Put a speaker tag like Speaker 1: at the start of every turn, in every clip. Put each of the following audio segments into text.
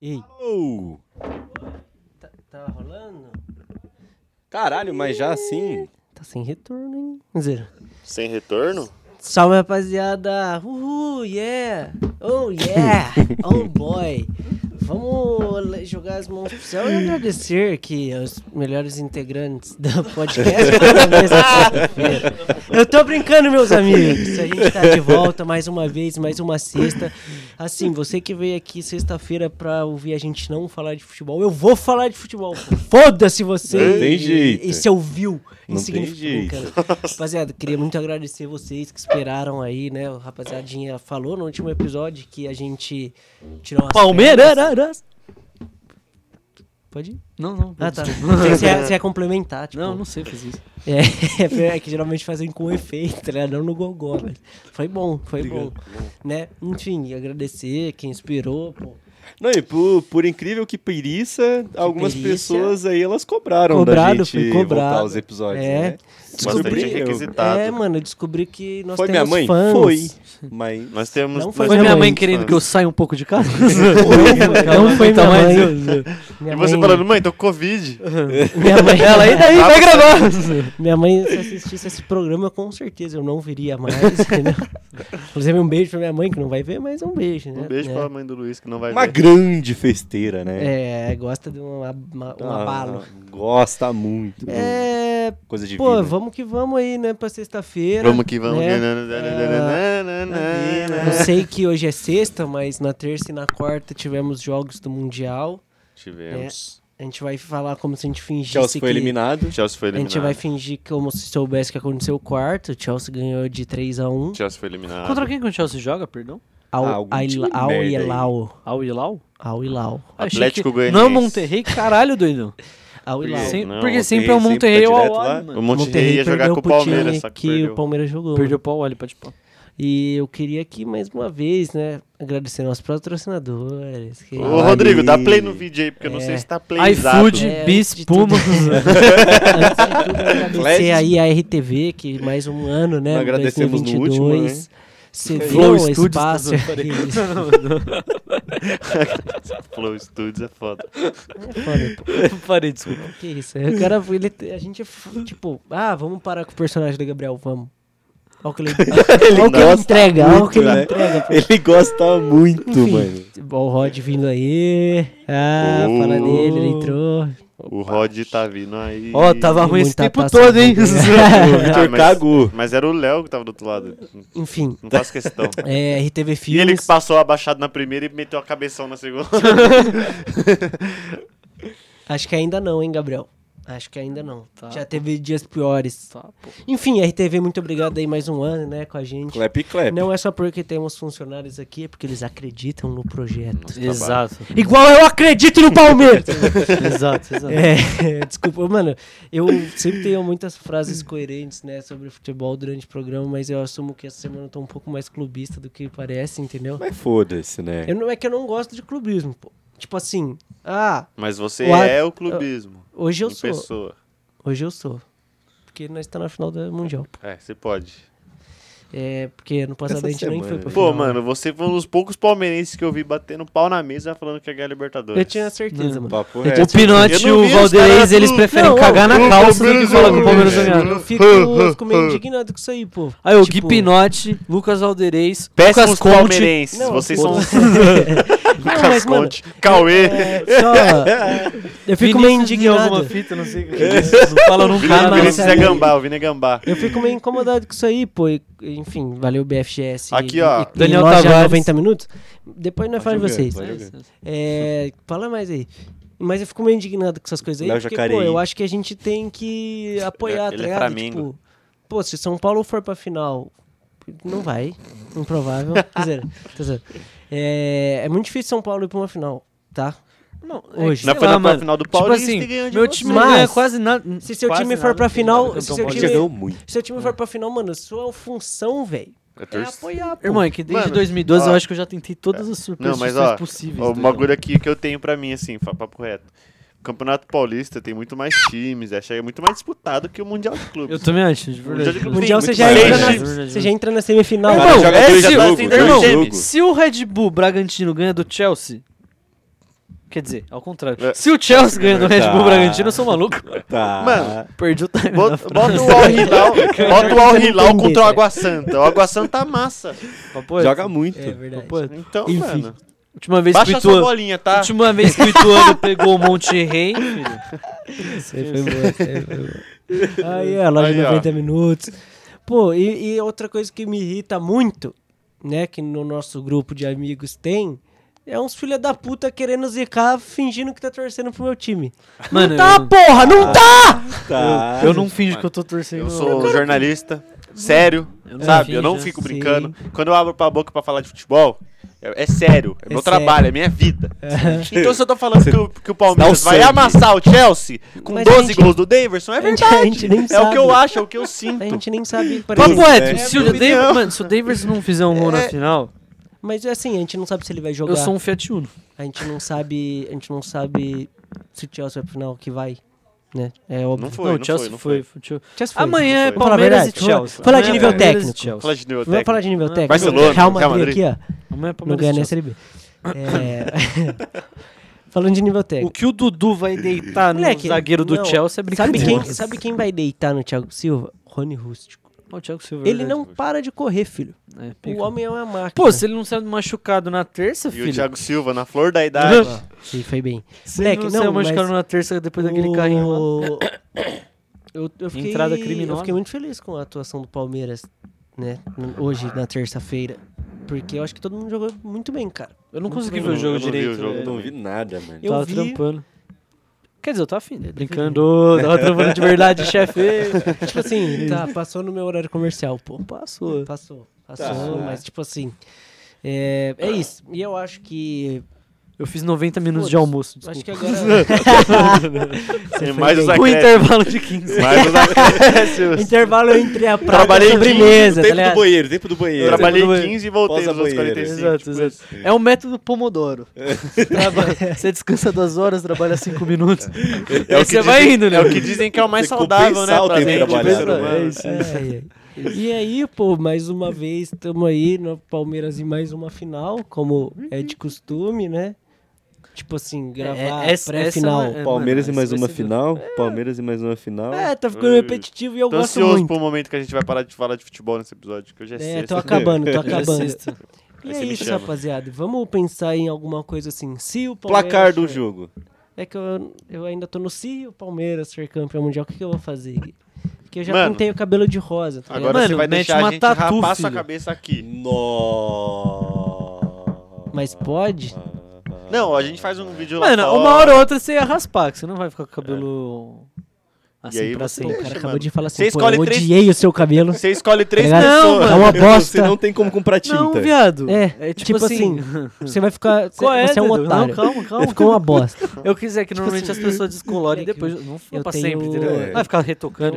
Speaker 1: Ei,
Speaker 2: Ou!
Speaker 3: Tá, tá rolando?
Speaker 2: Caralho, mas já assim.
Speaker 3: Tá sem retorno, hein? Zero.
Speaker 4: Sem retorno?
Speaker 3: Salve, rapaziada! Uhul, yeah! Oh, yeah! Oh, boy! Vamos le- jogar as mãos pro céu e agradecer aqui aos melhores integrantes da podcast. pela vez sexta-feira. Eu tô brincando, meus amigos! A gente tá de volta mais uma vez, mais uma sexta. Assim, você que veio aqui sexta-feira pra ouvir a gente não falar de futebol, eu vou falar de futebol! Foda-se você!
Speaker 2: Não tem
Speaker 3: e-
Speaker 2: jeito.
Speaker 3: E seu viu!
Speaker 2: Não tem
Speaker 3: Insignificante,
Speaker 2: jeito.
Speaker 3: cara. Rapaziada, queria muito agradecer vocês que esperaram aí, né? O rapaziadinha falou no último episódio que a gente tirou umas férias.
Speaker 1: Palmeiras!
Speaker 3: Pode ir?
Speaker 1: Não, não.
Speaker 3: Ah, tá. Pensei que Você ia, você ia complementar, tipo.
Speaker 1: Não, não sei fazer isso.
Speaker 3: É, é que geralmente fazem com efeito, né? Não no gogó, mas foi bom, foi bom. Né? Enfim, agradecer quem inspirou, pô.
Speaker 2: Não, e por, por incrível que periça, algumas
Speaker 3: perícia.
Speaker 2: pessoas aí elas cobraram
Speaker 3: Cobrado,
Speaker 2: da gente
Speaker 3: foi cobrado.
Speaker 2: voltar os episódios,
Speaker 3: É.
Speaker 2: né?
Speaker 3: Descobri-
Speaker 4: Bastante requisitado.
Speaker 3: É, mano, eu descobri que nós
Speaker 2: Foi minha
Speaker 3: temos
Speaker 2: mãe?
Speaker 3: fãs.
Speaker 2: Foi. Mas.
Speaker 4: Nós temos.
Speaker 3: Não
Speaker 4: nós
Speaker 3: foi
Speaker 1: Foi minha
Speaker 3: minha
Speaker 1: mãe
Speaker 3: mãe,
Speaker 1: querendo
Speaker 4: fã.
Speaker 1: que eu saia um pouco de casa?
Speaker 3: Não foi minha mãe. Então, Minha
Speaker 4: E você
Speaker 3: mãe- É,
Speaker 4: falando, tá mãe, tô com Covid.
Speaker 3: Minha mãe,
Speaker 1: Ela aí daí vai gravar.
Speaker 3: Minha mãe, se assistisse esse programa, com certeza eu não viria mais, entendeu? Inclusive, um beijo pra minha mãe, que não vai ver, mas um beijo, né?
Speaker 4: Um beijo
Speaker 3: é.
Speaker 4: pra mãe do Luiz que não vai
Speaker 2: Uma
Speaker 4: ver.
Speaker 2: grande festeira, né?
Speaker 3: É, gosta de uma, uma, um
Speaker 2: Ah,
Speaker 3: abalo.
Speaker 2: Gosta muito.
Speaker 3: É,
Speaker 2: Coisa de
Speaker 3: pô,
Speaker 2: vida.
Speaker 3: vamos que vamos aí, né, pra sexta-feira.
Speaker 4: Vamos que vamos.
Speaker 3: né? Eu
Speaker 4: É...
Speaker 3: sei que hoje é sexta, mas na terça e na quarta tivemos jogos do Mundial.
Speaker 4: Tivemos.
Speaker 3: A gente vai falar como se a gente fingisse
Speaker 2: Chelsea foi
Speaker 3: que...
Speaker 2: eliminado.
Speaker 4: Chelsea foi
Speaker 3: A
Speaker 4: eliminado.
Speaker 3: gente vai fingir como se soubesse que aconteceu o quarto. O Chelsea ganhou de 3x1
Speaker 4: Chelsea foi eliminado. Um
Speaker 1: Contra quem que o Chelsea joga, perdão?
Speaker 3: ao,
Speaker 2: Ah, algum
Speaker 3: ao,
Speaker 2: time
Speaker 3: ao
Speaker 2: merda aí.
Speaker 3: Ilau.
Speaker 1: Ao Hilal? Ah,
Speaker 3: Ao Ilau.
Speaker 1: Achei
Speaker 4: Atlético
Speaker 1: que-
Speaker 4: Goianiense.
Speaker 1: Não, Monterrey, caralho, doido.
Speaker 3: Ao
Speaker 1: Porque,
Speaker 3: Ilau.
Speaker 1: sem-
Speaker 4: Não,
Speaker 1: porque
Speaker 4: Monterrey
Speaker 1: sempre é o
Speaker 2: sempre tá
Speaker 1: Monterrey ou
Speaker 2: direto
Speaker 1: ao
Speaker 2: lá.
Speaker 1: Alho,
Speaker 4: O
Speaker 1: mano.
Speaker 4: Monterrey, ia jogar
Speaker 3: perdeu
Speaker 4: com o
Speaker 3: pro time
Speaker 4: Palmeiras, só que
Speaker 3: que
Speaker 4: perdeu.
Speaker 3: o Palmeiras jogou.
Speaker 1: Perdeu pro Alho, pode pôr.
Speaker 3: E eu queria aqui, mais uma vez, né, agradecer nossos patrocinadores. que-
Speaker 4: Ô, Rodrigo, dá play no vídeo aí, porque eu não
Speaker 3: É.
Speaker 4: sei se tá playzado.
Speaker 1: iFood,
Speaker 3: É,
Speaker 1: Bis,
Speaker 3: de tudo.
Speaker 1: Puma.
Speaker 3: Antes de tudo, agradecer
Speaker 2: Flash.
Speaker 3: aí a RTV, que mais um ano, né,
Speaker 2: Nós agradecemos no
Speaker 3: 2022.
Speaker 2: último, né?
Speaker 3: Cedeu
Speaker 1: Flow
Speaker 3: o
Speaker 1: Studios,
Speaker 3: espaço
Speaker 1: tá zoando,
Speaker 3: aqui.
Speaker 4: Flow Studios é foda.
Speaker 3: Foda, pô.
Speaker 1: Parei, desculpa.
Speaker 3: Que isso? O cara, ele, a gente é f- tipo, ah, vamos parar com o personagem do Gabriel, vamos. Olha o que ele, olha o que ele
Speaker 2: gosta
Speaker 3: entrega, olha o que ele
Speaker 2: né?
Speaker 3: entrega. pô.
Speaker 2: Ele gosta muito,
Speaker 3: Enfim,
Speaker 2: mano.
Speaker 3: ó, o Rod vindo aí. Ah,
Speaker 4: Oh.
Speaker 3: fala dele, ele entrou.
Speaker 4: O Rod tá vindo aí.
Speaker 1: Ó, tava ruim esse
Speaker 3: muita
Speaker 1: tempo
Speaker 3: taça
Speaker 1: todo, hein?
Speaker 3: Ah,
Speaker 2: O Victor
Speaker 4: mas-
Speaker 2: cagou.
Speaker 4: Mas era o Léo que tava do outro lado.
Speaker 3: Enfim,
Speaker 4: Não faço questão.
Speaker 3: é, RTV
Speaker 4: E ele
Speaker 3: Filmes.
Speaker 4: que passou abaixado na primeira e meteu a cabeção na segunda.
Speaker 3: Acho que ainda não, hein, Gabriel? Acho que ainda não.
Speaker 1: Tá.
Speaker 3: Já teve dias piores.
Speaker 1: Tá, pô.
Speaker 3: Enfim, RTV, muito obrigado aí mais um ano, né, com a gente.
Speaker 2: Clap, clap.
Speaker 3: Não é só porque temos funcionários aqui, é porque eles acreditam no projeto.
Speaker 1: Exato.
Speaker 3: Igual eu acredito no Palmeiras!
Speaker 1: exato, exato.
Speaker 3: É, desculpa, mano. Eu sempre tenho muitas frases coerentes, né, sobre futebol durante o programa, mas eu assumo que essa semana eu tô um pouco mais clubista do que parece, entendeu?
Speaker 2: Mas foda-se, né?
Speaker 3: Eu não é que eu não gosto de clubismo, pô. Tipo assim, ah,
Speaker 4: Mas você
Speaker 3: O ar-
Speaker 4: é o clubismo.
Speaker 3: hoje eu
Speaker 4: em
Speaker 3: sou.
Speaker 4: pessoa.
Speaker 3: Hoje eu sou. Porque nós tá na final do Mundial.
Speaker 4: É, você pode.
Speaker 3: É, porque ano passado
Speaker 2: Essa
Speaker 3: a gente nem
Speaker 2: semana,
Speaker 3: foi pra
Speaker 2: né?
Speaker 4: Pô,
Speaker 3: final.
Speaker 4: mano, você foi um dos poucos palmeirenses que eu vi batendo pau na mesa falando que ia ganhar a Libertadores.
Speaker 3: Eu tinha certeza, mano.
Speaker 2: Papo
Speaker 3: Eu
Speaker 2: reto.
Speaker 1: O Pinote e
Speaker 4: Eu não
Speaker 1: o
Speaker 4: vi os caras
Speaker 1: Valdeirês, eles
Speaker 4: do-
Speaker 1: preferem
Speaker 3: Não,
Speaker 1: cagar na
Speaker 4: o
Speaker 1: calça do que
Speaker 4: Palmeiras
Speaker 3: é
Speaker 1: falar que o
Speaker 4: ganhou.
Speaker 1: Palmeiras
Speaker 4: Eu
Speaker 1: ganhou.
Speaker 3: Eu fico, eu fico meio indignado com isso aí, pô.
Speaker 1: Aí, o Gui
Speaker 3: Tipo,
Speaker 1: Pinote, Lucas Valdeirês,
Speaker 4: Péssimos
Speaker 1: Lucas Conte,
Speaker 4: palmeirenses.
Speaker 3: Não,
Speaker 4: Vocês são
Speaker 3: foda-se. Não,
Speaker 4: Lucas
Speaker 3: mas, mano,
Speaker 4: Conte, Cauê.
Speaker 3: É, só, eu fico meio
Speaker 1: Vinícius de
Speaker 3: indignado.
Speaker 1: alguma fita, não sei o que. Não fala num
Speaker 4: Vini-
Speaker 1: cara.
Speaker 3: mas
Speaker 4: Vinícius é
Speaker 3: aí-
Speaker 4: gambá, o Vini é gambá.
Speaker 3: Eu fico meio incomodado com isso aí, pô. E, Enfim, valeu BFGS.
Speaker 4: Aqui,
Speaker 3: e-
Speaker 4: ó.
Speaker 3: e- e
Speaker 1: Daniel
Speaker 3: loja
Speaker 1: Tavares.
Speaker 3: 90 minutos. Depois nós
Speaker 2: Pode
Speaker 3: falamos de
Speaker 2: jogar,
Speaker 3: vocês.
Speaker 2: pode jogar.
Speaker 3: É, fala mais aí. Mas eu fico meio indignado com essas coisas aí,
Speaker 2: Léo
Speaker 3: porque,
Speaker 2: Jacareí.
Speaker 3: pô, eu acho que a gente tem que apoiar,
Speaker 4: Ele
Speaker 3: tá
Speaker 4: é
Speaker 3: ligado?
Speaker 4: Flamengo.
Speaker 3: Tipo, pô, se São Paulo for pra final, não vai. Improvável. Quer dizer, quer dizer, é, é muito difícil São Paulo ir pra uma final, tá?
Speaker 1: Não, é que,
Speaker 3: Hoje.
Speaker 1: sei
Speaker 4: Não foi
Speaker 1: lá,
Speaker 4: na
Speaker 1: mano.
Speaker 4: final do
Speaker 1: Tipo
Speaker 4: Paulista
Speaker 1: assim,
Speaker 4: e ganhou de
Speaker 1: Meu
Speaker 4: você.
Speaker 1: time não
Speaker 3: Mas,
Speaker 1: ganha quase nada.
Speaker 3: se seu
Speaker 1: quase
Speaker 3: time for
Speaker 1: nada,
Speaker 3: pra
Speaker 1: não tem
Speaker 3: final,
Speaker 4: é
Speaker 1: nada,
Speaker 3: se
Speaker 1: campeão
Speaker 3: seu
Speaker 1: paulista.
Speaker 3: time-
Speaker 2: Chegou muito.
Speaker 3: Se o time for pra final, mano, sua função, velho,
Speaker 4: É
Speaker 3: é
Speaker 4: torcida.
Speaker 3: apoiar, pô.
Speaker 1: Irmão, é que desde
Speaker 4: Mano,
Speaker 1: 2012
Speaker 4: ó.
Speaker 1: eu acho que eu já tentei todas as
Speaker 4: Não,
Speaker 1: surpresas
Speaker 4: mas ó,
Speaker 1: possíveis.
Speaker 4: o
Speaker 1: tá
Speaker 4: bagulho aqui que eu tenho pra mim, assim, fa- papo reto. O Campeonato Paulista tem muito mais times, acho que é muito mais disputado que o Mundial de
Speaker 1: ligado?
Speaker 4: Clubes.
Speaker 1: Eu também acho, de
Speaker 4: Mundial de
Speaker 1: verdade.
Speaker 4: Clubes tem
Speaker 3: Mundial
Speaker 4: muito
Speaker 3: você já,
Speaker 4: mais
Speaker 3: entra
Speaker 4: times.
Speaker 3: na, você já entra na semifinal.
Speaker 1: Irmão,
Speaker 2: Cara, joga
Speaker 1: é
Speaker 2: dois
Speaker 1: se-
Speaker 2: jogos,
Speaker 4: irmão,
Speaker 2: dois
Speaker 1: irmão,
Speaker 2: jogos.
Speaker 1: Se o Red Bull Bragantino ganha do Chelsea, Quer dizer, ao contrário.
Speaker 4: É.
Speaker 1: Se o Chelsea ganha do Red Bull
Speaker 2: Tá.
Speaker 1: Bragantino, eu sou maluco.
Speaker 2: Tá.
Speaker 4: Mano,
Speaker 1: Perdi o time.
Speaker 4: Bota,
Speaker 1: na
Speaker 4: bota
Speaker 1: França.
Speaker 4: o Al Hilal, bota o Al Hilal
Speaker 3: entendi,
Speaker 4: contra o
Speaker 3: né?
Speaker 4: Água Santa. O Água Santa amassa.
Speaker 1: Papo é-
Speaker 2: joga muito.
Speaker 3: É verdade.
Speaker 1: papo é-
Speaker 4: Então,
Speaker 1: Enfim.
Speaker 4: mano.
Speaker 1: Última vez que o
Speaker 4: Baixa sua
Speaker 1: Ituano...
Speaker 4: bolinha, tá?
Speaker 1: Última vez que o Ituano pegou o Monte Rei, filho.
Speaker 3: Isso aí foi boa, isso aí foi boa. Aí, a loja
Speaker 4: Aí,
Speaker 3: de
Speaker 4: ó.
Speaker 3: 90 minutos. Pô, e, e outra coisa que me irrita muito, né, que no nosso grupo de amigos tem, é uns filha da puta querendo zicar fingindo que tá torcendo pro meu time. Não
Speaker 1: Mano,
Speaker 3: tá,
Speaker 1: eu,
Speaker 3: porra, não tá!
Speaker 2: Tá.
Speaker 1: eu não finjo que eu tô torcendo.
Speaker 4: Eu sou jornalista, sério,
Speaker 1: Eu não
Speaker 4: sabe?
Speaker 1: finjo,
Speaker 4: Eu não
Speaker 1: né?
Speaker 4: fico
Speaker 3: Sim.
Speaker 4: brincando. Quando eu abro pra boca pra falar de futebol, é, é sério. É,
Speaker 3: É
Speaker 4: meu
Speaker 3: sério.
Speaker 4: trabalho, é minha vida. Então se eu tô falando que o, que o Palmeiras
Speaker 2: dá o
Speaker 4: vai
Speaker 2: sangue.
Speaker 4: amassar o Chelsea com
Speaker 3: Mas a
Speaker 4: 12
Speaker 3: gente-
Speaker 4: gols do Daverson, é
Speaker 3: a gente-
Speaker 4: verdade.
Speaker 3: a gente nem
Speaker 4: é o
Speaker 3: sabe.
Speaker 4: que eu acho, é o que eu
Speaker 3: A
Speaker 4: sinto.
Speaker 3: gente nem sabe. parece-
Speaker 1: Papo é,
Speaker 2: É,
Speaker 1: se, o
Speaker 4: minha opinião.
Speaker 1: Davis, mano, se o Davis não fizer um gol na final,
Speaker 3: Mas é assim, a gente não sabe se ele vai jogar.
Speaker 1: eu sou um Fiat Uno.
Speaker 3: A gente não sabe. A gente não sabe se o Chelsea vai pro final que vai. Né? É óbvio.
Speaker 4: Não foi, não,
Speaker 1: o Chelsea
Speaker 4: foi, não foi.
Speaker 1: foi. Chelsea-
Speaker 3: Chelsea foi.
Speaker 1: Amanhã é
Speaker 4: foi.
Speaker 3: Fala a
Speaker 1: Palmeiras e
Speaker 3: verdade, vamos falar
Speaker 1: Chelsea.
Speaker 3: de
Speaker 1: Amanhã é
Speaker 3: nível
Speaker 1: Palmeiras e
Speaker 3: técnico.
Speaker 1: Chelsea.
Speaker 4: Fala de nível
Speaker 3: Vamos falar de nível
Speaker 1: Ah,
Speaker 3: técnico.
Speaker 4: Barcelona,
Speaker 3: Real Madrid,
Speaker 4: Real Madrid.
Speaker 3: aqui, ó.
Speaker 1: Amanhã é
Speaker 3: Não
Speaker 1: Palmeiras
Speaker 3: ganha
Speaker 1: e
Speaker 3: nem
Speaker 1: Chelsea.
Speaker 3: Série B. É... Falando de nível
Speaker 1: O
Speaker 3: técnico.
Speaker 1: que o Dudu vai deitar no
Speaker 3: Moleque,
Speaker 1: zagueiro do
Speaker 3: não.
Speaker 1: Chelsea é
Speaker 3: Sabe
Speaker 1: brincadeira.
Speaker 3: quem, sabe quem vai deitar no Thiago Silva? Rony Rústico.
Speaker 1: O Thiago Silva,
Speaker 3: Ele
Speaker 1: verdade.
Speaker 3: não para de correr, filho.
Speaker 1: É,
Speaker 3: O
Speaker 1: pica.
Speaker 3: homem é uma máquina.
Speaker 1: Pô, se ele não saiu machucado na terça,
Speaker 4: E o
Speaker 1: filho.
Speaker 4: Thiago Silva, na flor da idade.
Speaker 3: Sim, foi bem.
Speaker 1: se ele não
Speaker 3: Moleque,
Speaker 1: saiu
Speaker 3: não, mas-
Speaker 1: machucado na terça depois daquele carrinho lá.
Speaker 3: O- Eu, eu fiquei,
Speaker 1: Entrada
Speaker 3: Eu
Speaker 1: criminosa.
Speaker 3: fiquei muito feliz com a atuação do Palmeiras, né? n- Hoje, na terça-feira. Porque eu acho que todo mundo jogou muito bem, cara.
Speaker 1: Eu não consegui
Speaker 4: Eu
Speaker 1: ver o
Speaker 4: não-
Speaker 1: jogo
Speaker 4: eu não vi
Speaker 1: direito.
Speaker 4: o jogo,
Speaker 1: velho.
Speaker 2: Eu não vi nada, mano.
Speaker 3: Eu
Speaker 1: tava
Speaker 3: vi-
Speaker 1: trampando. Quer dizer, eu tava afim. né? Brincando, tava trampando de verdade, chefe.
Speaker 3: Tipo assim, tá, passou no meu horário comercial. Pô, passou. Passou. Passou,
Speaker 2: Tá.
Speaker 3: mas tipo assim. É, é isso. E eu acho que.
Speaker 1: Eu fiz 90 minutos
Speaker 3: Putz,
Speaker 1: de almoço.
Speaker 3: Acho que
Speaker 1: desculpa.
Speaker 3: agora.
Speaker 4: E mais os acréscimos.
Speaker 1: Com é um intervalo de 15.
Speaker 4: Mais os acréscimos.
Speaker 3: Intervalo
Speaker 1: é
Speaker 3: entre a prata e
Speaker 4: Trabalhei
Speaker 3: a
Speaker 4: em
Speaker 3: sobremesa, tá
Speaker 2: tempo do
Speaker 3: ligado?
Speaker 2: banheiro, tempo do banheiro.
Speaker 4: Trabalhei
Speaker 1: Todo mundo-
Speaker 4: 15 e voltei
Speaker 2: Pausa
Speaker 4: nos outros
Speaker 2: banheiro.
Speaker 4: 45.
Speaker 1: Exato,
Speaker 4: tipo É.
Speaker 1: exato.
Speaker 4: isso.
Speaker 1: É o método Pomodoro. Você, traba- você descansa duas horas, trabalha cinco minutos.
Speaker 4: É
Speaker 1: Aí
Speaker 4: o que
Speaker 1: você vai
Speaker 4: dizem-
Speaker 1: indo, né?
Speaker 4: É o que dizem que é o mais
Speaker 2: Tem que
Speaker 4: saudável, né?
Speaker 2: compensar o
Speaker 4: pra
Speaker 2: tempo
Speaker 4: gente,
Speaker 2: trabalhado,
Speaker 4: ser humano.
Speaker 1: né? É isso.
Speaker 3: É, é. E aí, pô, mais uma vez estamos aí no Palmeiras em mais uma final, como é de costume, né? Tipo assim, gravar
Speaker 1: É, essa-
Speaker 3: pré-final.
Speaker 1: essa é uma-
Speaker 2: Palmeiras
Speaker 1: Mano,
Speaker 2: e mais
Speaker 1: esse vai
Speaker 2: uma
Speaker 1: ser
Speaker 2: final. Palmeiras e mais uma final.
Speaker 3: É, tá ficando repetitivo e eu
Speaker 4: Tô
Speaker 3: gosto
Speaker 4: ansioso
Speaker 3: muito.
Speaker 4: pro momento que a gente vai parar de falar de futebol nesse episódio, que hoje é
Speaker 3: É,
Speaker 4: sexta.
Speaker 3: tô acabando, tô
Speaker 1: Hoje é
Speaker 3: acabando.
Speaker 1: sexta.
Speaker 3: E é
Speaker 4: Aí você me
Speaker 3: isso,
Speaker 4: chama.
Speaker 3: rapaziada. Vamos pensar em alguma coisa assim. Se o Palmeiras
Speaker 2: Placar
Speaker 3: for-
Speaker 2: do jogo.
Speaker 3: É que eu, eu ainda tô no se o Palmeiras ser campeão mundial, o que, que eu vou fazer? Gui? Porque eu já
Speaker 4: Mano,
Speaker 3: pintei o cabelo de rosa. Tá
Speaker 4: Agora
Speaker 3: ligado?
Speaker 1: Mano,
Speaker 4: você vai
Speaker 1: mete
Speaker 4: deixar
Speaker 1: uma
Speaker 4: a gente
Speaker 1: tatu,
Speaker 4: rapar sua
Speaker 1: filho.
Speaker 4: cabeça aqui.
Speaker 2: Nossa.
Speaker 3: Mas pode?
Speaker 4: Ah. Não, a gente faz um vídeo lá
Speaker 1: Mano,
Speaker 4: fora.
Speaker 1: uma hora ou outra você ia raspar, que você não vai ficar com o cabelo assim
Speaker 4: É. E aí
Speaker 1: pra
Speaker 4: você
Speaker 3: Pô, o
Speaker 1: sempre.
Speaker 3: cara
Speaker 4: Deixa,
Speaker 3: acabou
Speaker 4: mano.
Speaker 3: de falar assim,
Speaker 4: Você
Speaker 3: pô,
Speaker 4: escolhe
Speaker 3: eu
Speaker 4: três-
Speaker 3: odiei o seu cabelo.
Speaker 4: Você escolhe três
Speaker 3: Tá ligado?
Speaker 1: Não,
Speaker 4: pessoas.
Speaker 3: É uma
Speaker 2: Você
Speaker 3: bosta.
Speaker 2: não tem como comprar tinta.
Speaker 1: Não, viado.
Speaker 3: É, tipo, assim, você vai ficar...
Speaker 1: Qual é,
Speaker 3: você é um
Speaker 1: Dudu?
Speaker 3: otário.
Speaker 1: Não, calma, calma. Tipo assim,
Speaker 3: Você ficou uma bosta.
Speaker 1: Eu quiser que normalmente as pessoas descolorem
Speaker 3: é
Speaker 1: e
Speaker 3: que
Speaker 1: depois. Não foi
Speaker 3: eu
Speaker 1: pra
Speaker 3: tenho-
Speaker 1: sempre, entendeu?
Speaker 2: É.
Speaker 1: Vai ficar
Speaker 3: É
Speaker 1: retocando,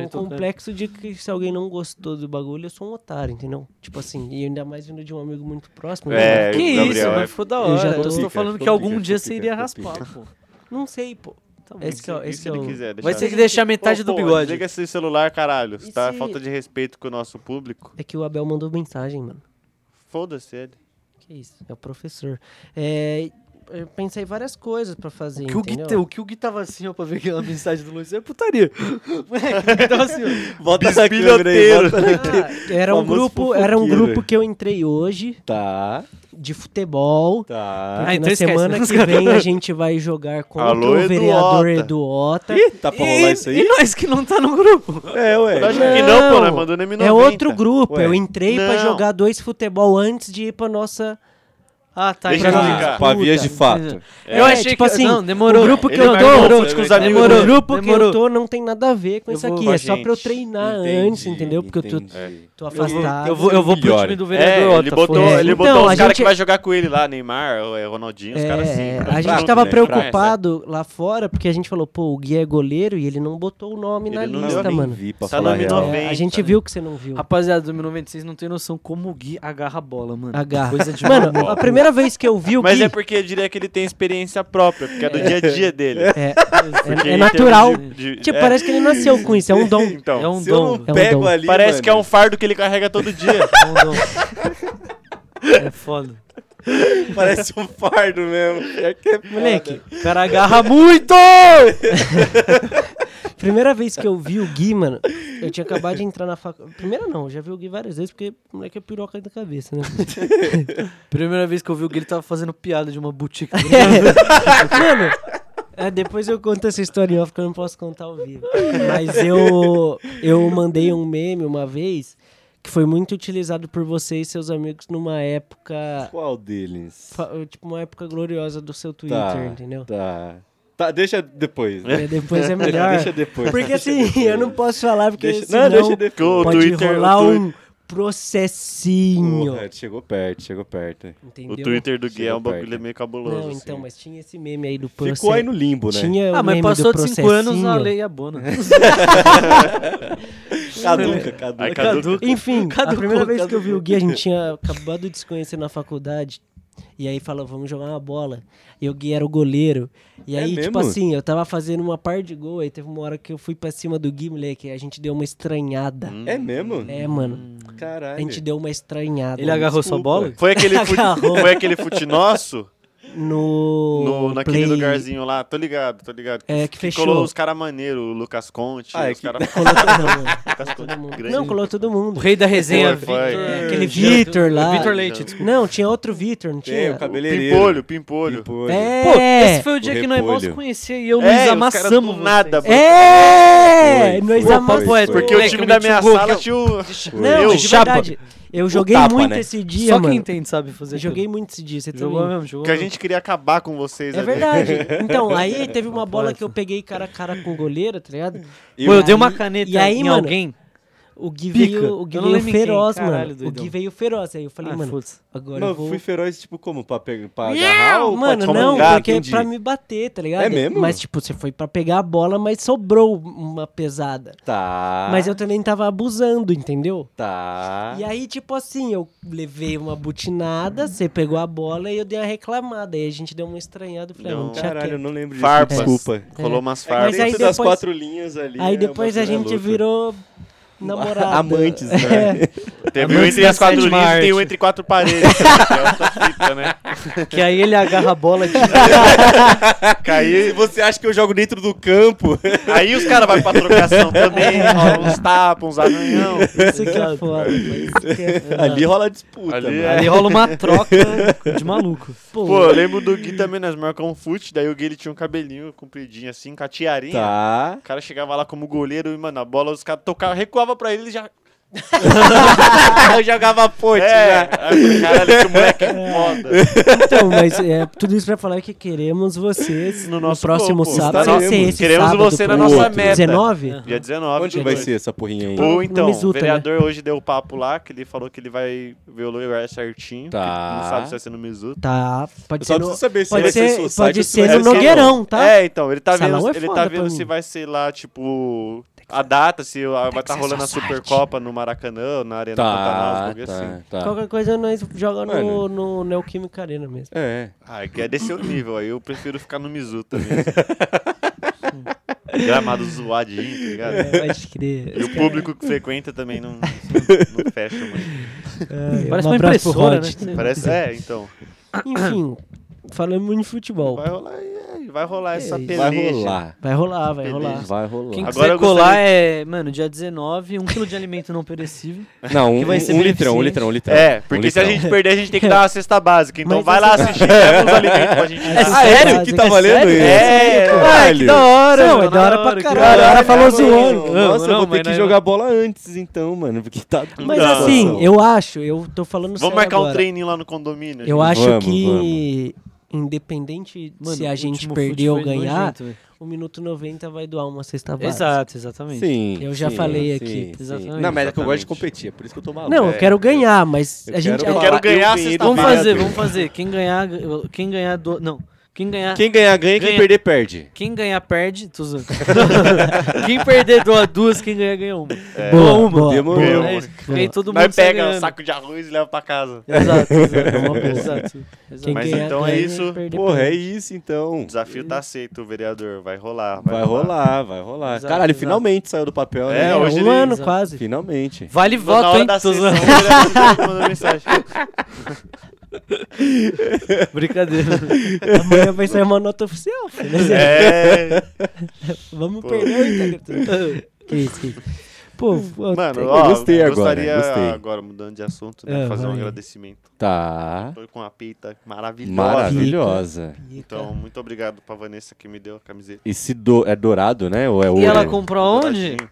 Speaker 3: um
Speaker 1: retocando.
Speaker 3: complexo de que se alguém não gostou do bagulho, eu sou um otário, entendeu? Tipo assim, e ainda mais vindo de um amigo muito próximo.
Speaker 4: É,
Speaker 3: né?
Speaker 1: Que
Speaker 4: Gabriel,
Speaker 1: isso,
Speaker 4: é-
Speaker 1: mas ficou da
Speaker 3: Eu já tô-
Speaker 1: hora. Eu estou
Speaker 2: Fica,
Speaker 1: falando
Speaker 2: fica,
Speaker 1: que algum
Speaker 2: fica,
Speaker 1: dia
Speaker 2: fica,
Speaker 1: você iria
Speaker 2: fica,
Speaker 1: raspar, pô.
Speaker 3: Não sei, pô.
Speaker 1: Tá bom.
Speaker 3: Esse que é, o-
Speaker 4: E
Speaker 3: esse
Speaker 4: se
Speaker 3: é
Speaker 4: ele
Speaker 3: o-
Speaker 4: quiser, deixa
Speaker 1: Vai
Speaker 4: eu-
Speaker 1: ter que deixar metade
Speaker 4: Ô,
Speaker 1: do
Speaker 4: pô,
Speaker 1: bigode.
Speaker 4: Desliga esse celular, caralho.
Speaker 3: E
Speaker 4: Tá
Speaker 3: se-
Speaker 4: falta de respeito com o nosso público.
Speaker 3: É que o Abel mandou mensagem, mano.
Speaker 4: Foda-se ele.
Speaker 3: Que isso, é o professor. É, eu pensei várias coisas pra fazer,
Speaker 1: Que o, Gui,
Speaker 3: entendeu?
Speaker 1: o que o Gui tava assim, ó, pra ver aquela mensagem do Luiz, é putaria. Moleque, o Gui tava assim, ó.
Speaker 2: Bota essa câmera aí, bota na câmera.
Speaker 3: Ah, era um
Speaker 2: Famoso
Speaker 3: grupo, era um
Speaker 2: fofoqueiro.
Speaker 3: grupo que eu entrei hoje
Speaker 2: Tá,
Speaker 3: de futebol.
Speaker 2: tá.
Speaker 3: Porque
Speaker 1: Ah, então
Speaker 3: na
Speaker 1: esquece.
Speaker 3: semana que vem a gente vai jogar contra
Speaker 4: Alô,
Speaker 3: o vereador Eduota.
Speaker 2: Tá pra rolar
Speaker 1: E-
Speaker 2: isso
Speaker 1: E
Speaker 2: aí?
Speaker 1: nós que não tá no grupo.
Speaker 2: É, ué.
Speaker 4: Lógico que não, pô, nós mandou no M90.
Speaker 3: É outro grupo.
Speaker 2: Ué.
Speaker 3: Eu entrei pra
Speaker 4: Não.
Speaker 3: jogar dois futebol antes de ir pra nossa.
Speaker 1: Ah, tá.
Speaker 4: Deixa
Speaker 1: pra
Speaker 4: eu
Speaker 1: nós.
Speaker 4: explicar.
Speaker 2: Pra vias de fato.
Speaker 1: Eu
Speaker 3: É,
Speaker 1: achei
Speaker 3: tipo
Speaker 1: que...
Speaker 3: assim,
Speaker 1: não, demorou.
Speaker 3: o grupo que
Speaker 4: Ele
Speaker 3: eu
Speaker 4: vai
Speaker 3: tô,
Speaker 4: no
Speaker 1: demorou,
Speaker 4: grupo
Speaker 1: com os
Speaker 4: vai
Speaker 1: amigos.
Speaker 4: no
Speaker 1: Demorou.
Speaker 3: o grupo que eu
Speaker 1: Demorou.
Speaker 3: tô não tem nada a ver com
Speaker 1: Eu
Speaker 3: isso
Speaker 1: vou
Speaker 3: aqui.
Speaker 1: com
Speaker 3: É
Speaker 1: a
Speaker 3: só pra eu
Speaker 4: gente.
Speaker 3: treinar
Speaker 2: Entendi,
Speaker 3: antes, entendeu? Porque
Speaker 2: entendi.
Speaker 3: eu tô, tô
Speaker 1: Eu vou,
Speaker 3: afastado.
Speaker 1: eu vou, eu vou pro
Speaker 2: Melhor.
Speaker 1: time do
Speaker 4: É,
Speaker 1: vereador.
Speaker 4: ele
Speaker 1: tá,
Speaker 4: botou,
Speaker 1: foda-se.
Speaker 4: ele
Speaker 3: Então,
Speaker 4: botou
Speaker 3: a
Speaker 4: os caras
Speaker 3: gente-
Speaker 4: que vai jogar com ele lá, Neymar, é, Ronaldinho, os caras assim.
Speaker 3: É,
Speaker 4: cara,
Speaker 3: a gente
Speaker 4: fraco,
Speaker 3: tava
Speaker 4: né?
Speaker 3: preocupado lá fora, porque a gente falou, pô, o Gui é goleiro e ele não botou o nome na
Speaker 4: Ele não
Speaker 3: lista,
Speaker 4: deu nem
Speaker 3: mano.
Speaker 2: vi pra
Speaker 4: Tá
Speaker 2: falar
Speaker 4: no
Speaker 2: a real.
Speaker 3: É, a
Speaker 4: 90,
Speaker 3: gente
Speaker 4: né?
Speaker 3: viu que você não viu.
Speaker 1: Rapaziada do 1096 não tem noção como o Gui agarra a bola, mano.
Speaker 3: Agarra.
Speaker 1: Coisa de
Speaker 3: Mano,
Speaker 1: maluco.
Speaker 3: a primeira vez que eu vi o
Speaker 4: Mas
Speaker 3: Gui.
Speaker 4: é porque eu diria que ele tem experiência própria, porque é do dia a dia dele.
Speaker 3: É,
Speaker 4: Porque
Speaker 3: é, é
Speaker 4: em
Speaker 3: natural.
Speaker 4: termos de- de-
Speaker 3: Tipo,
Speaker 4: é,
Speaker 3: parece que ele nasceu com isso, é um dom.
Speaker 4: Então,
Speaker 1: É um
Speaker 2: Se eu
Speaker 1: dom.
Speaker 2: não
Speaker 3: é um
Speaker 2: pego
Speaker 3: dom.
Speaker 2: ali,
Speaker 4: parece
Speaker 2: mano,
Speaker 4: que é um fardo que ele carrega todo dia.
Speaker 1: É um dom. É foda.
Speaker 2: Parece um fardo mesmo. É que é foda.
Speaker 3: Moleque, o cara agarra muito! Primeira vez que eu vi o Gui, mano, eu tinha acabado de entrar na faculdade. Primeira não, eu já vi o Gui várias vezes, porque o moleque é piroca da cabeça, né?
Speaker 1: Primeira vez que eu vi o Gui, ele tava fazendo piada de uma boutique. é
Speaker 3: Mano, é, depois eu conto essa história em off que eu não posso contar ao vivo. Mas eu, eu mandei um meme uma vez que foi muito utilizado por você e seus amigos numa época.
Speaker 2: Qual deles?
Speaker 3: fa- Tipo, uma época gloriosa do seu Twitter,
Speaker 2: Tá,
Speaker 3: entendeu?
Speaker 2: tá. Tá, deixa depois. né?
Speaker 3: E depois é
Speaker 2: Deixa-
Speaker 3: melhor.
Speaker 2: Deixa depois.
Speaker 3: Porque assim, eu não posso falar, porque
Speaker 2: Deixa-
Speaker 3: senão
Speaker 2: não, deixa depois.
Speaker 4: Porque o
Speaker 3: pode
Speaker 4: Twitter, o,
Speaker 3: rolar
Speaker 4: Twi-
Speaker 3: um processinho.
Speaker 2: Porra, chegou perto, chegou perto.
Speaker 4: o
Speaker 3: Entendeu?
Speaker 4: Twitter do Gui é um
Speaker 2: Chegou perto.
Speaker 4: bagulho meio cabuloso.
Speaker 3: Não,
Speaker 4: assim.
Speaker 3: então, mas tinha esse meme aí do processo.
Speaker 2: Ficou aí no limbo, né?
Speaker 3: Tinha o
Speaker 1: ah, mas
Speaker 3: meme
Speaker 1: passou
Speaker 3: do
Speaker 1: de 5 anos, a
Speaker 3: processinho.
Speaker 1: lei é né? abona.
Speaker 2: Caduca, caduca.
Speaker 4: Aí caduca.
Speaker 3: Enfim,
Speaker 1: Caducou,
Speaker 3: a primeira vez que eu vi
Speaker 1: caducou.
Speaker 3: o Gui, a gente tinha acabado de se conhecer na faculdade. E aí falou, vamos jogar uma bola. E o Gui era o goleiro. E
Speaker 2: É
Speaker 3: aí, tipo
Speaker 2: mesmo?
Speaker 3: assim, eu tava fazendo uma par de gol. Aí teve uma hora que eu fui pra cima do Gui, moleque. E a gente deu uma estranhada.
Speaker 2: É mesmo?
Speaker 3: É, mano.
Speaker 2: Caralho.
Speaker 3: A gente deu uma estranhada.
Speaker 1: Ele agarrou sua
Speaker 2: desculpa.
Speaker 1: bola?
Speaker 4: Foi aquele, fute,
Speaker 3: Agarrou.
Speaker 4: foi aquele fute nosso
Speaker 3: No.
Speaker 4: no, naquele
Speaker 3: play-
Speaker 4: lugarzinho lá. Tô ligado, tô ligado.
Speaker 3: É, que fechou.
Speaker 4: colou os caras maneiros, o Lucas Conte,
Speaker 2: Ah, é
Speaker 4: os
Speaker 2: que-
Speaker 4: caras...
Speaker 3: Colou todo mundo.
Speaker 4: Lucas Conte, grande.
Speaker 3: Não, colou todo
Speaker 1: O
Speaker 3: mundo.
Speaker 1: rei da resenha.
Speaker 4: Foi, É, foi.
Speaker 1: Vitor-
Speaker 3: Aquele Vitor lá.
Speaker 1: Vitor É. Leite, desculpa.
Speaker 3: Não, tinha outro Vitor, não
Speaker 2: Tem
Speaker 3: tinha?
Speaker 2: o cabeleireiro.
Speaker 4: Pimpolho, pimpolho.
Speaker 2: Pimpolho.
Speaker 3: É,
Speaker 1: Pô, esse foi o
Speaker 2: O
Speaker 1: dia que nós mal se
Speaker 2: repolho.
Speaker 1: conhecia e eu
Speaker 4: É, os
Speaker 1: nos
Speaker 4: caras
Speaker 1: amassamos.
Speaker 4: do nada,
Speaker 1: vocês.
Speaker 3: É!
Speaker 2: Foi,
Speaker 3: nós
Speaker 2: foi,
Speaker 3: amassamos.
Speaker 2: foi, foi.
Speaker 4: Porque o
Speaker 1: Moleque,
Speaker 4: time
Speaker 1: eu
Speaker 4: da
Speaker 1: meti um
Speaker 4: minha
Speaker 1: gol
Speaker 4: sala
Speaker 1: que
Speaker 4: tinha o...
Speaker 1: Tipo,
Speaker 2: Foi.
Speaker 3: Não,
Speaker 4: Eu,
Speaker 3: de
Speaker 1: chapa.
Speaker 3: verdade. Eu joguei
Speaker 2: tapa,
Speaker 3: muito
Speaker 2: né?
Speaker 3: esse dia,
Speaker 1: Só quem
Speaker 3: mano.
Speaker 1: entende sabe fazer.
Speaker 3: Eu joguei
Speaker 1: tudo.
Speaker 3: muito esse dia, você
Speaker 1: Jogou
Speaker 3: também.
Speaker 1: mesmo, jogou.
Speaker 4: Que a
Speaker 1: mesmo.
Speaker 4: gente queria acabar com vocês
Speaker 3: É
Speaker 4: ali.
Speaker 3: verdade. Então, aí teve uma
Speaker 1: Completo.
Speaker 3: bola que eu peguei cara a cara com o goleiro, tá ligado?
Speaker 1: Pô, eu dei uma
Speaker 3: aí-
Speaker 1: caneta
Speaker 3: e aí,
Speaker 1: em
Speaker 3: mano,
Speaker 1: alguém.
Speaker 3: O Gui
Speaker 1: Pica.
Speaker 3: veio, o Gui
Speaker 1: Eu não
Speaker 3: veio
Speaker 1: lembro em quem,
Speaker 3: feroz,
Speaker 1: caralho,
Speaker 3: mano. O
Speaker 1: doidão.
Speaker 3: Gui veio feroz. Aí eu falei,
Speaker 1: Ah,
Speaker 3: mano,
Speaker 1: foda-se.
Speaker 3: agora
Speaker 2: Mano,
Speaker 3: eu vou...
Speaker 2: fui feroz, tipo, como? Pra, pegar, pra agarrar
Speaker 3: Não,
Speaker 2: ou
Speaker 3: mano,
Speaker 2: pra te
Speaker 3: não,
Speaker 2: mangar?
Speaker 3: porque
Speaker 2: Entendi.
Speaker 3: é pra me bater, tá ligado?
Speaker 2: É mesmo?
Speaker 3: Mas, tipo, você foi pra pegar a bola, mas sobrou uma pesada.
Speaker 2: Tá.
Speaker 1: Ah.
Speaker 3: Mas eu também tava abusando, entendeu?
Speaker 2: Tá.
Speaker 3: E aí, tipo assim, eu levei uma butinada, você pegou a bola e eu dei uma reclamada. Aí a gente deu uma estranhada e falei, ah,
Speaker 4: Não,
Speaker 3: vamos deixar
Speaker 2: Caralho, eu
Speaker 3: quieto.
Speaker 2: não lembro disso.
Speaker 4: Farpas.
Speaker 2: Desculpa.
Speaker 4: Colou umas
Speaker 3: É. Mas
Speaker 4: farpas.
Speaker 3: aí
Speaker 2: Dentro das
Speaker 3: depois-
Speaker 2: quatro linhas ali.
Speaker 3: Aí
Speaker 2: é
Speaker 3: depois
Speaker 2: uma
Speaker 3: a gente
Speaker 2: luta.
Speaker 3: virou namorada.
Speaker 2: Amantes, né?
Speaker 3: é
Speaker 4: Teve um
Speaker 1: Amantes
Speaker 4: entre
Speaker 1: da
Speaker 4: as quatro
Speaker 1: sétima
Speaker 4: linhas e
Speaker 1: arte.
Speaker 4: tem um entre quatro paredes. que é outra fita, né?
Speaker 1: Que aí ele agarra a bola de
Speaker 2: E
Speaker 3: É.
Speaker 4: Caiu.
Speaker 2: você acha que eu jogo dentro do campo?
Speaker 4: Aí os caras vão pra trocação também, rola uns tapas, uns arranhão.
Speaker 3: Isso que é foda, pô, isso que é foda.
Speaker 2: ali um rola disputa, né?
Speaker 4: Ali
Speaker 2: mano.
Speaker 4: é.
Speaker 1: Aí rola uma troca de maluco.
Speaker 3: Pô,
Speaker 4: Pô, eu lembro do Gui também, nós marcamos um fute, daí o Gui ele tinha um cabelinho compridinho assim, com a tiarinha.
Speaker 2: Tá.
Speaker 4: O cara chegava lá como goleiro e, mano, a bola os caras tocavam, recuava pra ele e já...
Speaker 2: Ah, eu jogava ponte, né?
Speaker 4: É, aí eu falei, caralho, que moleque é foda.
Speaker 3: então, mas é, tudo isso pra falar que queremos vocês
Speaker 4: No
Speaker 3: no,
Speaker 4: nosso
Speaker 3: próximo
Speaker 4: corpo.
Speaker 3: sábado.
Speaker 2: Estaremos.
Speaker 3: Vai ser esse
Speaker 4: Queremos
Speaker 3: sábado,
Speaker 4: você
Speaker 3: pro
Speaker 4: na nossa
Speaker 3: outro.
Speaker 4: meta.
Speaker 3: 19?
Speaker 1: É.
Speaker 4: Dia 19.
Speaker 2: Onde vai
Speaker 4: doido.
Speaker 2: ser essa porrinha aí?
Speaker 4: Ou
Speaker 3: No
Speaker 4: então, o
Speaker 3: Mizuta, né?
Speaker 4: vereador hoje deu o papo lá, que ele falou que ele vai ver o lugar certinho. que
Speaker 2: Tá.
Speaker 4: Não sabe se vai ser no Mizuta.
Speaker 3: Tá, pode
Speaker 2: Eu só
Speaker 3: ser no...
Speaker 2: preciso saber se é
Speaker 3: pode
Speaker 2: vai ser
Speaker 3: ser-
Speaker 2: Society
Speaker 3: pode
Speaker 2: ou se
Speaker 3: ser
Speaker 2: vai
Speaker 3: no
Speaker 2: ser Salão.
Speaker 3: Nogueirão, tá?
Speaker 4: É, então, ele tá
Speaker 3: Salão
Speaker 4: vendo,
Speaker 3: é
Speaker 4: ele
Speaker 3: foda
Speaker 4: tá
Speaker 3: pra
Speaker 4: vendo
Speaker 3: mim.
Speaker 4: se vai ser lá, tipo, a data, se a- vai estar
Speaker 3: ser
Speaker 4: rolando a
Speaker 3: society.
Speaker 4: Supercopa no Maracanã, ou na Arena né? Pantanal,
Speaker 2: Tá,
Speaker 4: algo assim.
Speaker 2: tá, tá.
Speaker 3: Qualquer coisa nós jogamos no,
Speaker 2: Mano.
Speaker 3: no Neoquímica Arena mesmo.
Speaker 2: É.
Speaker 4: Ah, que é desse o nível, aí eu prefiro ficar no Mizuta mesmo. Gramado zoadinho, tá ligado?
Speaker 3: É, pode crer.
Speaker 4: E o público que frequenta também não, não fecha muito.
Speaker 3: É,
Speaker 1: Parece
Speaker 3: um
Speaker 1: uma
Speaker 3: abraço pro
Speaker 1: impressora,
Speaker 3: Rod.
Speaker 1: né?
Speaker 4: Parece, é, então.
Speaker 3: Enfim, falando muito de futebol.
Speaker 4: Vai rolar, é, vai rolar essa
Speaker 3: isso.
Speaker 4: peleja.
Speaker 2: Vai rolar.
Speaker 3: Vai rolar, vai
Speaker 4: Beleza.
Speaker 3: rolar.
Speaker 2: Vai rolar.
Speaker 1: Quem
Speaker 4: Agora
Speaker 1: quiser
Speaker 4: eu gostaria-
Speaker 1: colar é, mano, dia 19, 1 kg de alimento não perecível.
Speaker 2: Não, um,
Speaker 1: que vai ser
Speaker 2: um litrão, um
Speaker 1: beneficente.
Speaker 2: litrão, um litrão.
Speaker 4: É, porque
Speaker 2: Um
Speaker 4: se a
Speaker 2: litrão.
Speaker 4: gente perder, a gente tem que dar uma cesta básica. Então
Speaker 3: Mas
Speaker 4: vai
Speaker 3: essa-
Speaker 4: lá assistir, leva os alimentos pra gente
Speaker 3: Essa-
Speaker 4: dar.
Speaker 2: Ah, sério que
Speaker 3: É
Speaker 2: tá valendo
Speaker 1: sério?
Speaker 2: isso?
Speaker 4: É,
Speaker 1: Ai, que da hora,
Speaker 3: Não,
Speaker 1: mano,
Speaker 3: é da hora pra
Speaker 1: que
Speaker 3: caralho.
Speaker 1: da hora.
Speaker 3: O cara falou
Speaker 2: mano.
Speaker 3: zoando.
Speaker 2: Nossa, eu
Speaker 1: Não, é
Speaker 2: vou
Speaker 1: mas
Speaker 2: ter que
Speaker 1: nós-
Speaker 2: jogar bola antes então, mano, porque tá...
Speaker 3: Mas
Speaker 4: Não.
Speaker 3: assim, eu acho, eu tô falando sério
Speaker 4: Vamos marcar
Speaker 3: agora.
Speaker 4: um treininho lá no condomínio.
Speaker 3: Eu
Speaker 4: gente.
Speaker 3: acho
Speaker 2: Vamos,
Speaker 3: que, independente
Speaker 1: Mano,
Speaker 3: se
Speaker 1: o
Speaker 3: a gente
Speaker 1: último
Speaker 3: perder
Speaker 1: fute
Speaker 3: ou
Speaker 1: foi
Speaker 3: ganhar, tá
Speaker 1: nojento, velho.
Speaker 3: o minuto 90 vai doar uma cesta básica.
Speaker 1: Exato, exatamente.
Speaker 2: Sim.
Speaker 3: Eu já
Speaker 2: sim,
Speaker 3: falei
Speaker 2: sim,
Speaker 3: aqui.
Speaker 2: sim.
Speaker 1: Exatamente.
Speaker 2: Não, mas é que eu gosto de
Speaker 4: Exatamente.
Speaker 2: competir, é por isso que eu tô maluco.
Speaker 3: Não,
Speaker 4: É,
Speaker 3: eu quero ganhar, mas
Speaker 2: eu
Speaker 3: a gente... é um
Speaker 2: quero
Speaker 4: Eu
Speaker 3: a-
Speaker 4: quero ganhar a
Speaker 2: ganhei
Speaker 4: cesta
Speaker 2: do
Speaker 1: Vamos
Speaker 2: Tá
Speaker 1: fazer,
Speaker 2: vendo?
Speaker 1: vamos fazer. Quem ganhar, quem ganhar do, não, quem ganhar, quem,
Speaker 2: Quem ganhar, ganha. Quem
Speaker 1: Ganha.
Speaker 2: perder, perde.
Speaker 1: ganhar perde, tô zoando. quem perder doa duas, quem ganhar ganha uma.
Speaker 4: É.
Speaker 3: Boa,
Speaker 1: Doa uma,
Speaker 3: boa.
Speaker 2: Demorou.
Speaker 1: boa,
Speaker 4: Boa.
Speaker 1: é isso. E aí todo mundo
Speaker 4: Nós
Speaker 1: sai
Speaker 4: pega um
Speaker 1: ganhando.
Speaker 4: saco de arroz e leva pra casa.
Speaker 1: Exato,
Speaker 3: É
Speaker 1: exato, uma boa.
Speaker 3: Exato.
Speaker 1: Exato.
Speaker 3: Quem
Speaker 4: Mas
Speaker 3: ganhar,
Speaker 4: então é
Speaker 3: ganha,
Speaker 4: isso.
Speaker 3: perder,
Speaker 2: Porra, é
Speaker 3: perde.
Speaker 2: isso então.
Speaker 4: O desafio tá aceito, vereador. Vai rolar.
Speaker 2: Vai rolar, vai rolar.
Speaker 1: Exato,
Speaker 2: Caralho,
Speaker 1: exato.
Speaker 2: finalmente saiu do papel,
Speaker 4: É,
Speaker 2: né?
Speaker 3: É,
Speaker 4: hoje
Speaker 3: um
Speaker 4: ele-
Speaker 3: ano
Speaker 1: Exato.
Speaker 3: quase.
Speaker 2: Finalmente.
Speaker 1: Vale
Speaker 4: Na
Speaker 1: voto,
Speaker 4: hora
Speaker 1: hein?
Speaker 4: da
Speaker 1: tô
Speaker 4: sessão, o tá
Speaker 1: zoando.
Speaker 4: vereador mandou mensagem.
Speaker 1: Brincadeira.
Speaker 3: Amanhã vai sair uma nota oficial, filho. né?
Speaker 4: É.
Speaker 3: Vamos
Speaker 4: Pô.
Speaker 3: perder o Instagram. que isso, que isso. Pô, pô,
Speaker 4: Mano,
Speaker 3: tem-
Speaker 4: ó,
Speaker 2: gostei agora,
Speaker 4: gostaria
Speaker 2: gostei.
Speaker 4: agora, mudando de assunto, né,
Speaker 3: É,
Speaker 4: fazer um
Speaker 3: vai.
Speaker 4: agradecimento.
Speaker 2: Tá.
Speaker 4: Tô com a peita maravilhosa.
Speaker 2: Maravilhosa.
Speaker 4: Então, muito obrigado pra Vanessa que me deu a camiseta.
Speaker 2: E se do... é dourado, né? Ou é ouro?
Speaker 1: E ela comprou onde?
Speaker 4: Douradinho.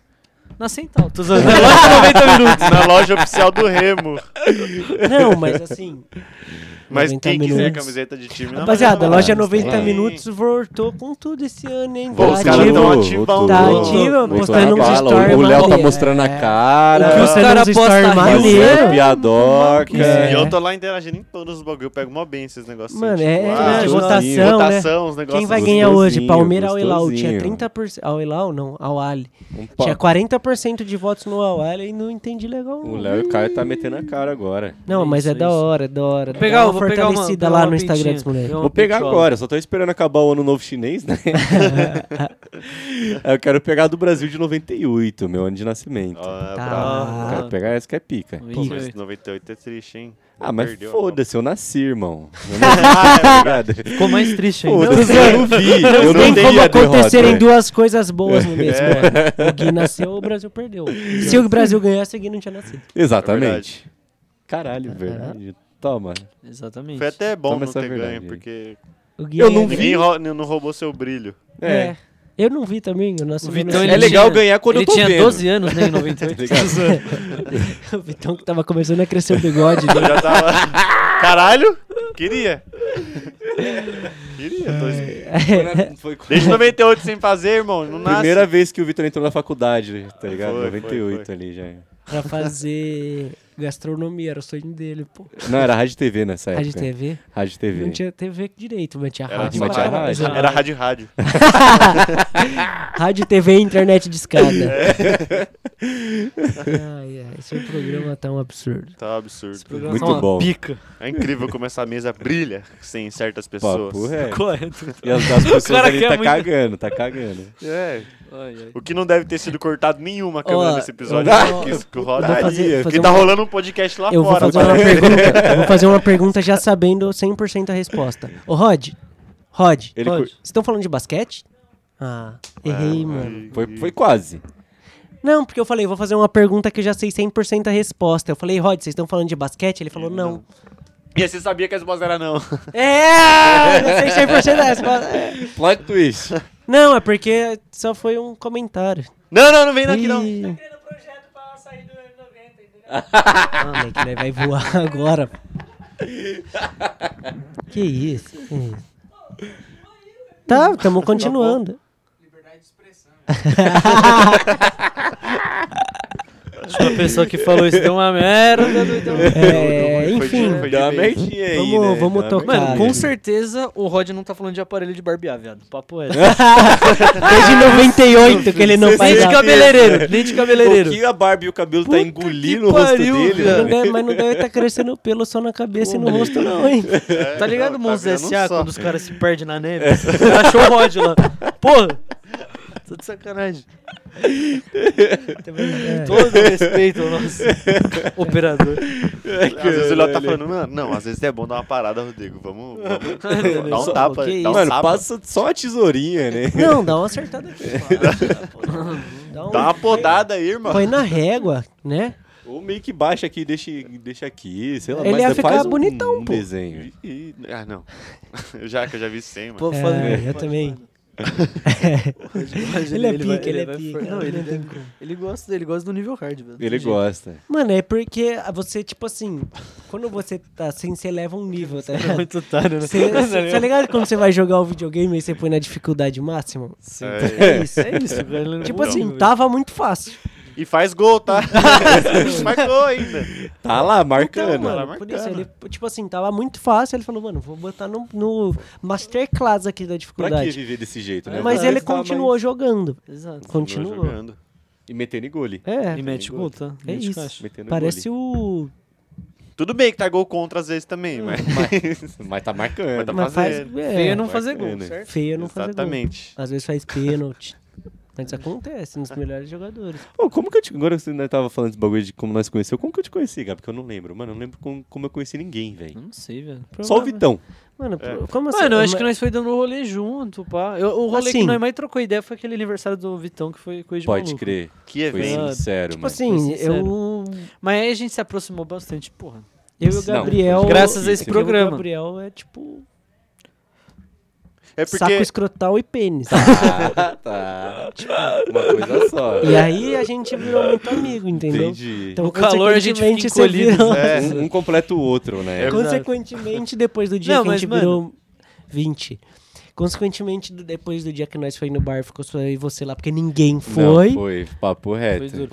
Speaker 1: Na Central. Tô usando lá 90 minutos.
Speaker 4: Na loja oficial do Remo.
Speaker 3: Não, mas assim.
Speaker 4: Mas
Speaker 3: 90
Speaker 4: quem quiser
Speaker 3: minutos.
Speaker 4: camiseta de time... na
Speaker 3: Rapaziada, a loja
Speaker 4: loja
Speaker 2: Não, mas
Speaker 3: 90
Speaker 4: tem.
Speaker 3: minutos voltou com tudo esse ano, hein?
Speaker 4: Pô, os
Speaker 3: Tá
Speaker 4: caras
Speaker 3: ativa.
Speaker 4: tão
Speaker 2: Voltou,
Speaker 4: ativão.
Speaker 2: voltou.
Speaker 3: Tá ativa,
Speaker 2: Voltou
Speaker 3: postando
Speaker 2: na
Speaker 3: uns
Speaker 2: bala,
Speaker 3: stories
Speaker 2: O Léo tá
Speaker 3: maneiro.
Speaker 2: mostrando a
Speaker 3: É.
Speaker 2: cara.
Speaker 3: O que os caras
Speaker 1: cara posta
Speaker 3: postam é
Speaker 1: raiva.
Speaker 2: Fazendo
Speaker 3: maneiro.
Speaker 2: piadoca.
Speaker 3: É.
Speaker 4: E eu tô lá interagindo em todos os bagulho, eu pego mó bem esses negócios.
Speaker 3: Mano, é,
Speaker 4: tipo,
Speaker 2: ah,
Speaker 3: é,
Speaker 2: gostosinho,
Speaker 3: votação, né?
Speaker 4: votação, os negócios.
Speaker 3: Quem vai
Speaker 4: assim.
Speaker 3: ganhar hoje?
Speaker 2: gostosinho,
Speaker 3: Palmeiras ao Ilau. Tinha
Speaker 2: gostosinho.
Speaker 3: 30%. Ao Ilau, não. Ao Ali.
Speaker 2: Um pa-
Speaker 3: Tinha 40% de votos no Ao Ali e não entendi legal. não.
Speaker 2: O Léo e o Caio tá metendo a cara agora.
Speaker 3: Não, mas é
Speaker 1: Isso,
Speaker 3: da
Speaker 1: isso.
Speaker 3: hora, é da hora. Dá
Speaker 1: Pegar,
Speaker 3: uma
Speaker 1: vou pegar uma-
Speaker 3: fortalecida
Speaker 1: pegar
Speaker 3: lá
Speaker 1: uma
Speaker 3: no Instagram
Speaker 1: pintinha.
Speaker 3: dos moleques.
Speaker 1: Pegar uma
Speaker 2: Vou pegar
Speaker 1: pinchola.
Speaker 2: agora, só tô esperando acabar o ano novo chinês, né? eu quero pegar a do Brasil de 98, meu ano de nascimento.
Speaker 4: Ah,
Speaker 3: Tá.
Speaker 4: bravo.
Speaker 2: Eu
Speaker 1: Ah.
Speaker 2: Quero pegar essa que é pica.
Speaker 4: Pô,
Speaker 1: Ih,
Speaker 4: mas 98 é triste, hein?
Speaker 2: Ah, mas
Speaker 4: Perdeu a
Speaker 2: foda-se, eu nasci, irmão. Eu nasci, tá ligado?
Speaker 1: Ficou mais triste ainda.
Speaker 2: Foda-se, eu não vi. Eu
Speaker 3: Tem
Speaker 2: não dei
Speaker 3: como
Speaker 2: a derrota. É.
Speaker 3: acontecerem duas coisas boas no mesmo ano. O Gui nasceu, o Brasil perdeu. Se o Brasil ganhasse, o Gui não tinha nascido.
Speaker 2: Exatamente. Caralho, verdade. Toma.
Speaker 1: Exatamente.
Speaker 4: Foi até bom
Speaker 2: Toma
Speaker 4: não
Speaker 2: essa
Speaker 4: ter
Speaker 2: verdade
Speaker 4: ganho,
Speaker 2: aí.
Speaker 4: porque
Speaker 3: O Gui
Speaker 2: Eu não vi.
Speaker 4: ninguém rou- não roubou seu brilho.
Speaker 3: É. Então Eu não vi também. O nosso
Speaker 1: O Vitão,
Speaker 2: É
Speaker 1: ele
Speaker 2: legal
Speaker 1: tinha-
Speaker 2: ganhar quando
Speaker 1: ele
Speaker 2: eu tô
Speaker 1: tinha
Speaker 2: vendo. tá
Speaker 1: 12 anos, né, em 98.
Speaker 3: O Vitão que tava começando a crescer o bigode.
Speaker 4: Eu já tava. Caralho! Queria! Queria, tô es-
Speaker 2: Foi quando-
Speaker 4: Desde 98 sem fazer, irmão. Não nasce.
Speaker 2: Primeira vez que o Vitor entrou na faculdade, tá ligado?
Speaker 4: Foi, foi,
Speaker 2: 98
Speaker 4: foi.
Speaker 2: ali já.
Speaker 3: pra fazer gastronomia, era o sonho dele, pô.
Speaker 2: Não, era Rádio TV nessa época.
Speaker 3: Rádio TV?
Speaker 2: Rádio
Speaker 3: Não
Speaker 2: TV.
Speaker 3: tinha TV direito, mas tinha
Speaker 4: Era
Speaker 3: rádio.
Speaker 4: só
Speaker 3: pra
Speaker 2: tinha
Speaker 3: caralho.
Speaker 2: rádio.
Speaker 4: Era rádio rádio.
Speaker 3: Rádio, TV e internet de escada.
Speaker 2: É.
Speaker 3: ai, ai, esse programa tá um absurdo.
Speaker 4: Tá um absurdo.
Speaker 1: programa
Speaker 2: Muito
Speaker 1: tá uma
Speaker 2: bom.
Speaker 1: pica.
Speaker 4: É incrível como essa mesa brilha sem certas pessoas.
Speaker 2: Papo reto.
Speaker 1: Correto.
Speaker 2: é. E as, as pessoas
Speaker 1: cara
Speaker 2: ali
Speaker 3: é
Speaker 1: quer
Speaker 2: tá
Speaker 1: muito-
Speaker 2: cagando, tá cagando.
Speaker 4: É.
Speaker 1: Ai, ai.
Speaker 4: O que não deve ter sido cortado nenhuma câmera
Speaker 3: Ó,
Speaker 4: nesse episódio.
Speaker 3: eu vou-
Speaker 4: que, que
Speaker 3: Eu
Speaker 4: roda
Speaker 3: vou
Speaker 4: aí.
Speaker 3: fazer, fazer
Speaker 4: Que tá rolando um podcast lá
Speaker 3: Eu vou
Speaker 4: fora.
Speaker 3: fazer uma pergunta. Eu vou fazer uma pergunta já sabendo 100% a resposta. Ô, Rod. Rod.
Speaker 2: Ele
Speaker 3: Rod,
Speaker 2: cur-
Speaker 3: Vocês estão falando de basquete? Ah, errei, mano.
Speaker 2: Foi, foi quase.
Speaker 3: Não, porque eu falei, vou fazer uma pergunta que eu já sei 100% a resposta. Eu falei, Rod, vocês estão falando de basquete? Ele falou, não.
Speaker 4: E aí você sabia que as bolas eram não.
Speaker 3: É! Eu sei 100% da resposta. É.
Speaker 2: Plot twist.
Speaker 3: Não, é porque só foi um comentário.
Speaker 4: Não, não, não vem daqui não.
Speaker 3: Ih. Ah, moleque, ele vai voar agora. que isso? que isso? Tá, estamos continuando.
Speaker 1: Acho que a pessoa que falou isso deu uma merda. do- deu-
Speaker 3: É,
Speaker 4: Foi de-
Speaker 3: enfim,
Speaker 4: foi de
Speaker 2: Dá uma
Speaker 4: vez.
Speaker 2: merdinha aí,
Speaker 3: Vamos-
Speaker 2: né?
Speaker 3: vamos
Speaker 2: Dá uma
Speaker 3: tocar.
Speaker 2: merdinha.
Speaker 1: Mano, com certeza o Rod não tá falando de aparelho de barbear, viado. Papo é.
Speaker 3: desde
Speaker 4: Ah,
Speaker 3: 98 que ele não
Speaker 2: Você
Speaker 1: Nem
Speaker 3: faz
Speaker 1: de
Speaker 3: nada.
Speaker 1: é cabeleireiro, nem de
Speaker 2: O
Speaker 1: cabeleireiro.
Speaker 2: que a barba e o cabelo
Speaker 1: Puta
Speaker 2: tá engolindo
Speaker 1: que
Speaker 2: o rosto
Speaker 1: pariu,
Speaker 2: dele,
Speaker 1: velho.
Speaker 3: Não
Speaker 2: né?
Speaker 3: deve- É, mas não deve estar crescendo pelo só na cabeça e no rosto, não, hein?
Speaker 1: Tá ligado o
Speaker 4: Não,
Speaker 1: Monza
Speaker 4: virando um
Speaker 1: S.A.
Speaker 4: só.
Speaker 1: quando os caras se perdem na neve? Achou o Rod lá. Porra! Tô de sacanagem. Todo respeito ao nosso operador.
Speaker 4: Às vezes o Léo tá
Speaker 2: Caralho.
Speaker 4: falando, mano, não, às vezes é bom dar uma parada, Rodrigo. Vamos, vamos dá um
Speaker 3: Só-
Speaker 4: tapa.
Speaker 3: que
Speaker 4: Dá um
Speaker 2: Mano,
Speaker 4: tapa.
Speaker 2: passa só uma tesourinha, né?
Speaker 3: É. Não, dá uma acertada aqui. Dá um-
Speaker 4: Dá uma podada aí, irmão.
Speaker 3: Põe na régua, né?
Speaker 2: Ou meio que baixa aqui, deixa, deixa aqui, sei lá.
Speaker 3: Ele
Speaker 2: mas
Speaker 3: ia
Speaker 2: você
Speaker 3: ficar
Speaker 2: faz um-
Speaker 3: bonitão,
Speaker 2: um
Speaker 3: pô.
Speaker 2: desenho.
Speaker 4: Ih, Ah, não. Eu já, que eu já vi 100, mano.
Speaker 1: Pô,
Speaker 3: É,
Speaker 1: falando-
Speaker 3: eu
Speaker 1: pode-
Speaker 3: também.
Speaker 1: Imagina,
Speaker 3: Ele é
Speaker 1: vai-
Speaker 3: pica, ele é
Speaker 1: vai-
Speaker 3: pica,
Speaker 1: Não,
Speaker 3: não
Speaker 1: ele,
Speaker 3: tem
Speaker 1: ele, ele gosta dele, gosta do nível hard, velho.
Speaker 2: Ele gosta.
Speaker 3: Mano, é porque você, tipo assim, quando você tá assim, você leva um nível, tá ligado?
Speaker 1: Muito otário, né?
Speaker 3: Você, você- tá ligado quando você vai jogar o videogame e você põe na dificuldade máxima?
Speaker 4: É,
Speaker 3: É isso.
Speaker 1: É isso, cara. ele não-
Speaker 3: Tipo assim, tava muito fácil.
Speaker 4: E faz gol, tá? faz gol ainda.
Speaker 2: Tá lá, marcando.
Speaker 3: Então, mano, por isso, ele, tipo assim, tava muito fácil. Ele falou, mano, vou botar no, no Masterclass aqui da
Speaker 2: pra que
Speaker 3: dificuldade.
Speaker 2: viver desse jeito, né?
Speaker 3: Mas
Speaker 2: Vai
Speaker 3: ele
Speaker 2: gastar
Speaker 3: continuou
Speaker 2: mais.
Speaker 3: jogando.
Speaker 1: Exato.
Speaker 4: Continua
Speaker 3: Continuou.
Speaker 4: jogando.
Speaker 2: E metendo em gole.
Speaker 1: E
Speaker 3: É,
Speaker 1: mete gol, tá?
Speaker 3: é
Speaker 1: Mete
Speaker 3: isso.
Speaker 1: caixa.
Speaker 2: Metendo
Speaker 3: Parece o...
Speaker 4: Tudo bem que tá gol contra às vezes
Speaker 3: Hum.
Speaker 4: também, mas...
Speaker 2: Mas tá marcando.
Speaker 4: Mas tá
Speaker 3: Mas faz...
Speaker 4: fazendo.
Speaker 3: É,
Speaker 1: Feio é
Speaker 3: feio não,
Speaker 1: não fazer gol,
Speaker 2: Bacana.
Speaker 1: certo?
Speaker 3: feio não fazer gol.
Speaker 4: Exatamente.
Speaker 3: Às vezes faz pênalti. Mas acontece nos melhores jogadores.
Speaker 2: Pô, como que eu te... Agora você ainda tava falando desse bagulho de como nós conheceu. Como que eu te conheci, cara? Porque eu não lembro. Mano, eu não lembro como, como eu conheci ninguém, velho.
Speaker 1: Eu Não sei, velho.
Speaker 2: Só o
Speaker 3: Provável.
Speaker 2: Vitão.
Speaker 3: Mano,
Speaker 4: É.
Speaker 3: como assim?
Speaker 1: Mano, eu acho
Speaker 3: Uma-
Speaker 1: que nós foi dando rolê junto, pá. Eu- o rolê
Speaker 3: Assim.
Speaker 1: que nós mais trocou ideia foi aquele aniversário do Vitão, que foi coisa de
Speaker 2: Pode
Speaker 1: maluco.
Speaker 2: crer.
Speaker 4: Que
Speaker 2: Foi
Speaker 4: evento.
Speaker 1: Ah,
Speaker 2: sincero,
Speaker 3: Tipo
Speaker 2: mano.
Speaker 3: assim,
Speaker 1: sincero.
Speaker 3: eu,
Speaker 1: Mas aí a gente se aproximou bastante, porra.
Speaker 3: eu e o
Speaker 2: Não,
Speaker 3: Gabriel.
Speaker 1: Graças a
Speaker 2: isso,
Speaker 1: esse
Speaker 2: isso.
Speaker 3: eu e o
Speaker 1: programa.
Speaker 3: Gabriel é tipo
Speaker 4: É
Speaker 3: saco
Speaker 4: porque
Speaker 3: escrotal e pênis.
Speaker 2: Ah, tá. Uma coisa só.
Speaker 3: E aí a gente virou muito amigo, entendeu?
Speaker 2: Entendi.
Speaker 3: Então,
Speaker 1: No calor a gente fica
Speaker 3: consequentemente, você
Speaker 1: encolhido, né?
Speaker 3: virou-
Speaker 4: é,
Speaker 2: Um, um completa o outro, né?
Speaker 4: É.
Speaker 3: Consequentemente, depois do dia
Speaker 1: Não,
Speaker 3: que a gente
Speaker 1: mas, mano-
Speaker 3: virou 20. Consequentemente, do- depois do dia que nós foi no bar, ficou só eu e você lá, porque ninguém foi.
Speaker 2: Não, foi. Papo
Speaker 1: Foi
Speaker 2: reto.
Speaker 1: duro.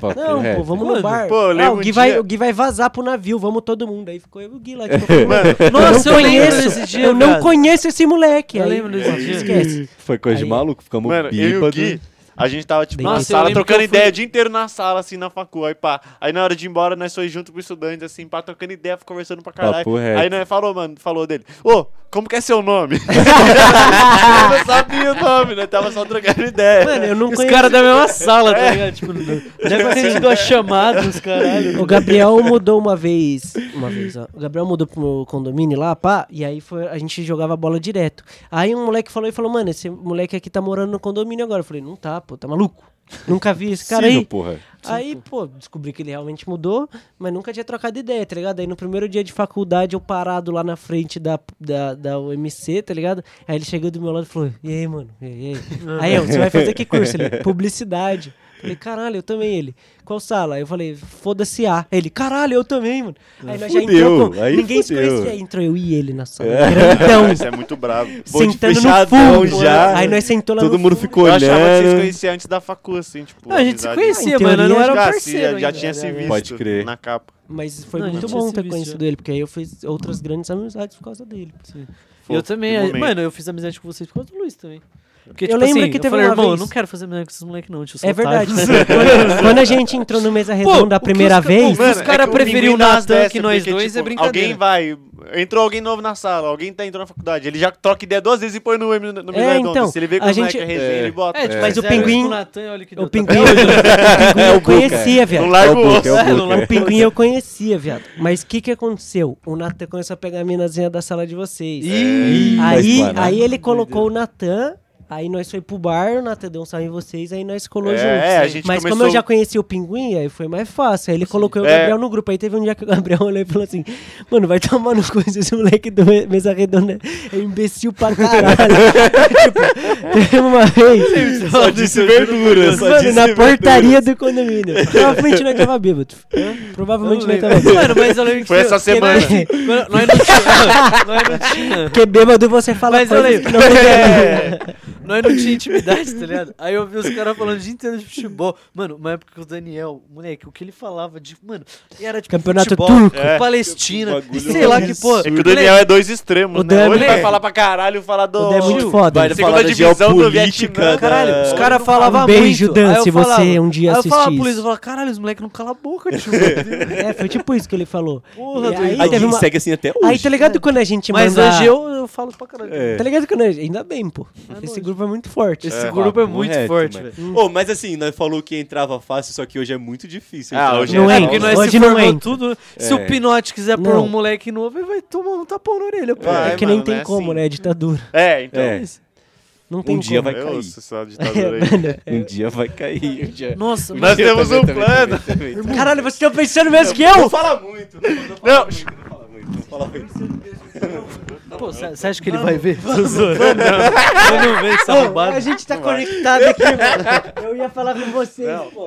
Speaker 2: Papo
Speaker 3: Não,
Speaker 2: reto.
Speaker 3: pô, vamos no
Speaker 1: Mano,
Speaker 3: bar.
Speaker 4: pô, eu
Speaker 3: ah,
Speaker 4: lembro
Speaker 3: o,
Speaker 4: um
Speaker 3: Gui vai,
Speaker 4: dia-
Speaker 3: o Gui vai vazar pro navio, vamos todo mundo. Aí ficou eu e o Gui lá. Tipo, eu
Speaker 4: Mano,
Speaker 1: Nossa, eu,
Speaker 3: não
Speaker 1: lembro
Speaker 3: conheço,
Speaker 1: desse dia,
Speaker 3: eu não
Speaker 1: cara.
Speaker 3: conheço esse moleque.
Speaker 1: Eu
Speaker 3: aí,
Speaker 1: lembro desse
Speaker 3: pô,
Speaker 1: dia.
Speaker 3: Esquece.
Speaker 2: Foi coisa de
Speaker 3: Aí-
Speaker 2: maluco. Ficamos
Speaker 4: Mano, eu e o
Speaker 2: bêbados.
Speaker 4: Gui, a gente tava, tipo, na
Speaker 1: Nossa, eu
Speaker 4: sala,
Speaker 1: lembro
Speaker 4: trocando
Speaker 1: que eu fui-
Speaker 4: ideia o dia inteiro na sala, assim, na facu. Aí, pá. Aí, na hora de ir embora, nós fomos junto pro estudante, assim, pá, trocando ideia, conversando pra caralho.
Speaker 2: Papo reto.
Speaker 4: Aí, nós falou, mano, falou dele. Ô, como que é seu nome? eu não sabia o nome, né? Tava só trocando ideia.
Speaker 3: Mano, eu não
Speaker 1: Os
Speaker 3: conheço.
Speaker 1: caras da mesma sala, tá ligado? Tipo, deve ter sido a chamada dos caralho.
Speaker 3: O Gabriel mudou uma vez. Uma vez, ó. O Gabriel mudou pro meu condomínio lá, pá. E aí foi, a gente jogava bola direto. Aí um moleque falou e falou, mano, esse moleque aqui tá morando no condomínio agora. Eu falei, não tá, pô, tá maluco. Nunca vi esse cara
Speaker 2: Sino,
Speaker 3: aí.
Speaker 2: porra.
Speaker 3: Aí,
Speaker 2: Tipo.
Speaker 3: pô, descobri que ele realmente mudou, mas nunca tinha trocado ideia, tá ligado? Aí no primeiro dia de faculdade, eu parado lá na frente da, da, da UMC, tá ligado? Aí ele chegou do meu lado e falou, e aí, mano? E aí, e aí?
Speaker 2: Ah.
Speaker 3: Aí eu, você vai fazer que curso? Ele, publicidade. Falei, caralho, eu também, ele. Qual sala? Aí eu falei, foda-se A. Aí Ele, caralho, eu também, mano. Aí nós já
Speaker 2: Fudeu,
Speaker 3: entramos.
Speaker 2: aí
Speaker 3: Ninguém se
Speaker 2: fudeu.
Speaker 3: conhecia, entrou eu e ele na sala.
Speaker 1: então-
Speaker 3: Grandão,
Speaker 4: Você é muito bravo.
Speaker 2: Vou de
Speaker 3: sentando no
Speaker 2: fechadão
Speaker 3: fundo.
Speaker 2: já.
Speaker 3: Aí nós sentou lá
Speaker 2: Todo
Speaker 3: no
Speaker 2: mundo
Speaker 3: fundo.
Speaker 2: ficou
Speaker 4: Eu achava que vocês
Speaker 2: olhando.
Speaker 4: conheciam antes da facu, assim, tipo.
Speaker 1: Não, a gente se
Speaker 4: amizade.
Speaker 1: conhecia,
Speaker 3: Em
Speaker 1: mano. Eu não
Speaker 3: teoria,
Speaker 1: era um
Speaker 4: Já, já,
Speaker 1: parceiro.
Speaker 4: já
Speaker 1: ainda. né,
Speaker 4: tinha se visto
Speaker 2: Pode crer.
Speaker 4: na capa.
Speaker 3: Mas foi
Speaker 1: Não, a
Speaker 3: muito
Speaker 1: gente tinha
Speaker 3: bom
Speaker 1: se
Speaker 3: ter
Speaker 1: visto,
Speaker 3: conhecido ele, porque aí eu fiz outras grandes amizades por causa dele.
Speaker 1: Eu também.
Speaker 4: Que
Speaker 1: aí-
Speaker 4: momento.
Speaker 1: Mano, eu fiz amizade com vocês por causa do Luiz também. Porque,
Speaker 3: tipo, Eu
Speaker 1: tipo
Speaker 3: lembro
Speaker 1: assim,
Speaker 3: que
Speaker 1: eu
Speaker 3: teve
Speaker 1: falei,
Speaker 3: uma
Speaker 1: irmão, eu
Speaker 3: vez-
Speaker 1: não quero fazer amizade com esses moleques, não, tio. eu sou
Speaker 3: É
Speaker 1: otário.
Speaker 3: verdade. quando, quando a gente entrou no Mesa Redonda a
Speaker 1: o que os
Speaker 3: primeira
Speaker 1: ca-
Speaker 3: vez,
Speaker 1: Mano, os cara
Speaker 4: é que
Speaker 1: preferiu
Speaker 4: ninguém
Speaker 1: o
Speaker 4: dá
Speaker 1: Natan
Speaker 4: dessa,
Speaker 1: que nós
Speaker 4: porque,
Speaker 1: dois, é brincadeira.
Speaker 4: tipo, Alguém vai. Entrou alguém novo na sala, alguém tá entrando na faculdade. Ele já troca ideia duas vezes e põe no M no no
Speaker 3: É,
Speaker 4: Mesa Redonda.
Speaker 3: então,
Speaker 4: Se ele vê que
Speaker 3: a
Speaker 4: o
Speaker 3: gente-
Speaker 4: moleque é resenha,
Speaker 2: É.
Speaker 4: ele bota.
Speaker 1: É, tipo,
Speaker 3: Mas o
Speaker 1: fizeram isso
Speaker 3: Pinguim-
Speaker 1: com Natan, e olha que
Speaker 3: o
Speaker 1: deu, tá
Speaker 3: Pinguim, o
Speaker 1: vendo?
Speaker 3: Pinguim eu
Speaker 2: Buca.
Speaker 3: conhecia,
Speaker 4: Não
Speaker 3: viado.
Speaker 2: É o
Speaker 4: larga o
Speaker 2: Boca,
Speaker 4: osso.
Speaker 2: é o
Speaker 1: É, não
Speaker 2: Boca.
Speaker 1: larga
Speaker 3: O Pinguim eu conhecia, viado. Mas o que que aconteceu? O Natan começou a pegar a minazinha da sala de vocês.
Speaker 1: Ih,
Speaker 2: mas
Speaker 3: aí,
Speaker 2: barato.
Speaker 3: aí ele colocou o Natan, aí nós foi pro bar, o Natan deu um salve em vocês, aí nós colou
Speaker 4: É,
Speaker 3: juntos.
Speaker 4: é, a gente
Speaker 3: Mas como
Speaker 4: começou-
Speaker 3: eu já conheci o Pinguim, aí foi mais fácil. Aí ele colocou o
Speaker 4: É.
Speaker 3: Gabriel no grupo. Aí teve um dia que o Gabriel olhou e falou assim: Mano, vai tomar no cu esse moleque do Me- Mesa Redonda. É imbecil pra caralho. tipo, teve uma vez.
Speaker 2: Só disse verdura. Só
Speaker 3: Mano,
Speaker 2: disse
Speaker 3: na
Speaker 2: verdura.
Speaker 3: portaria do condomínio. Provavelmente nós tava bêbado. Provavelmente nós tava bêbado.
Speaker 1: Mano, mas eu lembro que
Speaker 4: Foi essa
Speaker 1: porque nós-
Speaker 4: semana.
Speaker 1: quando- Nós não tinha- nós não tinha.
Speaker 3: Porque bêbado você fala
Speaker 1: Mas eu
Speaker 3: coisas
Speaker 1: lembro.
Speaker 3: que não é.
Speaker 1: Nós não tinha intimidade, tá ligado? Aí eu vi os caras falando o dia inteiro de futebol. Mano, uma época que o Daniel, moleque, o que ele falava de. Mano, era tipo.
Speaker 3: Campeonato
Speaker 1: futebol,
Speaker 3: turco.
Speaker 4: É.
Speaker 1: Palestina,
Speaker 2: Bagulho
Speaker 1: sei lá que porra.
Speaker 4: É que o Daniel é dois extremos,
Speaker 3: O
Speaker 4: né? Ou ele
Speaker 3: Dan-
Speaker 4: vai falar pra caralho, falar do...
Speaker 3: O Dan é muito foda.
Speaker 2: Vai
Speaker 4: Segunda
Speaker 2: falar da
Speaker 4: divisão do
Speaker 2: geopolítica,
Speaker 4: Vietnã,
Speaker 2: da-
Speaker 1: Caralho, os
Speaker 4: cara
Speaker 1: caras falavam
Speaker 3: Um beijo,
Speaker 1: muito.
Speaker 3: Dan,
Speaker 1: Aí eu
Speaker 3: se
Speaker 1: falava-
Speaker 3: você um dia
Speaker 1: Aí eu falava
Speaker 3: assistir
Speaker 1: pro Luiz,
Speaker 3: isso.
Speaker 1: eu falava, caralho, os moleques não calam a boca, tio.
Speaker 3: É, foi tipo isso que ele falou.
Speaker 1: Porra,
Speaker 3: E
Speaker 1: doido.
Speaker 3: aí,
Speaker 2: Aí
Speaker 3: teve
Speaker 2: quem
Speaker 3: uma-
Speaker 2: segue assim até hoje.
Speaker 3: Aí tá ligado quando a gente
Speaker 1: Mas
Speaker 3: manda...
Speaker 1: hoje eu, eu falo pra caralho.
Speaker 2: É.
Speaker 3: Tá ligado quando a gente... Ainda bem, pô. Esse
Speaker 1: lógico.
Speaker 3: grupo é muito forte.
Speaker 1: Esse
Speaker 2: É,
Speaker 1: grupo é
Speaker 2: papo
Speaker 1: muito
Speaker 2: reto,
Speaker 1: forte,
Speaker 2: mano.
Speaker 1: velho.
Speaker 2: Ô, mas assim, nós falou que entrava fácil, só que hoje é muito difícil.
Speaker 4: Ah,
Speaker 2: entrar
Speaker 4: hoje
Speaker 2: no
Speaker 3: Não
Speaker 2: fácil.
Speaker 3: é.
Speaker 1: Porque nós
Speaker 3: Hoje
Speaker 1: se
Speaker 3: não
Speaker 1: formou
Speaker 3: entra.
Speaker 1: tudo. Se o
Speaker 2: É.
Speaker 1: Pinote quiser pôr
Speaker 3: Não.
Speaker 1: um moleque novo, ele vai tomar um tapão na orelha, pô.
Speaker 4: Vai.
Speaker 3: É
Speaker 4: Ai,
Speaker 3: que
Speaker 4: mano,
Speaker 3: nem tem
Speaker 4: não é
Speaker 3: como,
Speaker 4: assim.
Speaker 3: né? É ditadura.
Speaker 4: É, então...
Speaker 2: É,
Speaker 3: Não tem
Speaker 2: dia
Speaker 3: como. É,
Speaker 2: vai
Speaker 4: Eu
Speaker 2: cair.
Speaker 4: ouço essa ditadura aí.
Speaker 2: um dia vai cair. Um dia...
Speaker 1: Nossa,
Speaker 4: Nós
Speaker 2: dia
Speaker 4: temos
Speaker 2: também,
Speaker 4: um
Speaker 2: também,
Speaker 4: plano.
Speaker 2: também, também, também.
Speaker 3: Caralho, vocês estão pensando mesmo que eu?
Speaker 2: Não fala muito. Não,
Speaker 4: Não,
Speaker 2: fala muito, não fala muito.
Speaker 1: mas- pô, você acha que ele vai ver? Tô zoando. Ele não vê essa roubada.
Speaker 3: a gente tá conectado aqui, mano. Eu ia falar com vocês, pô.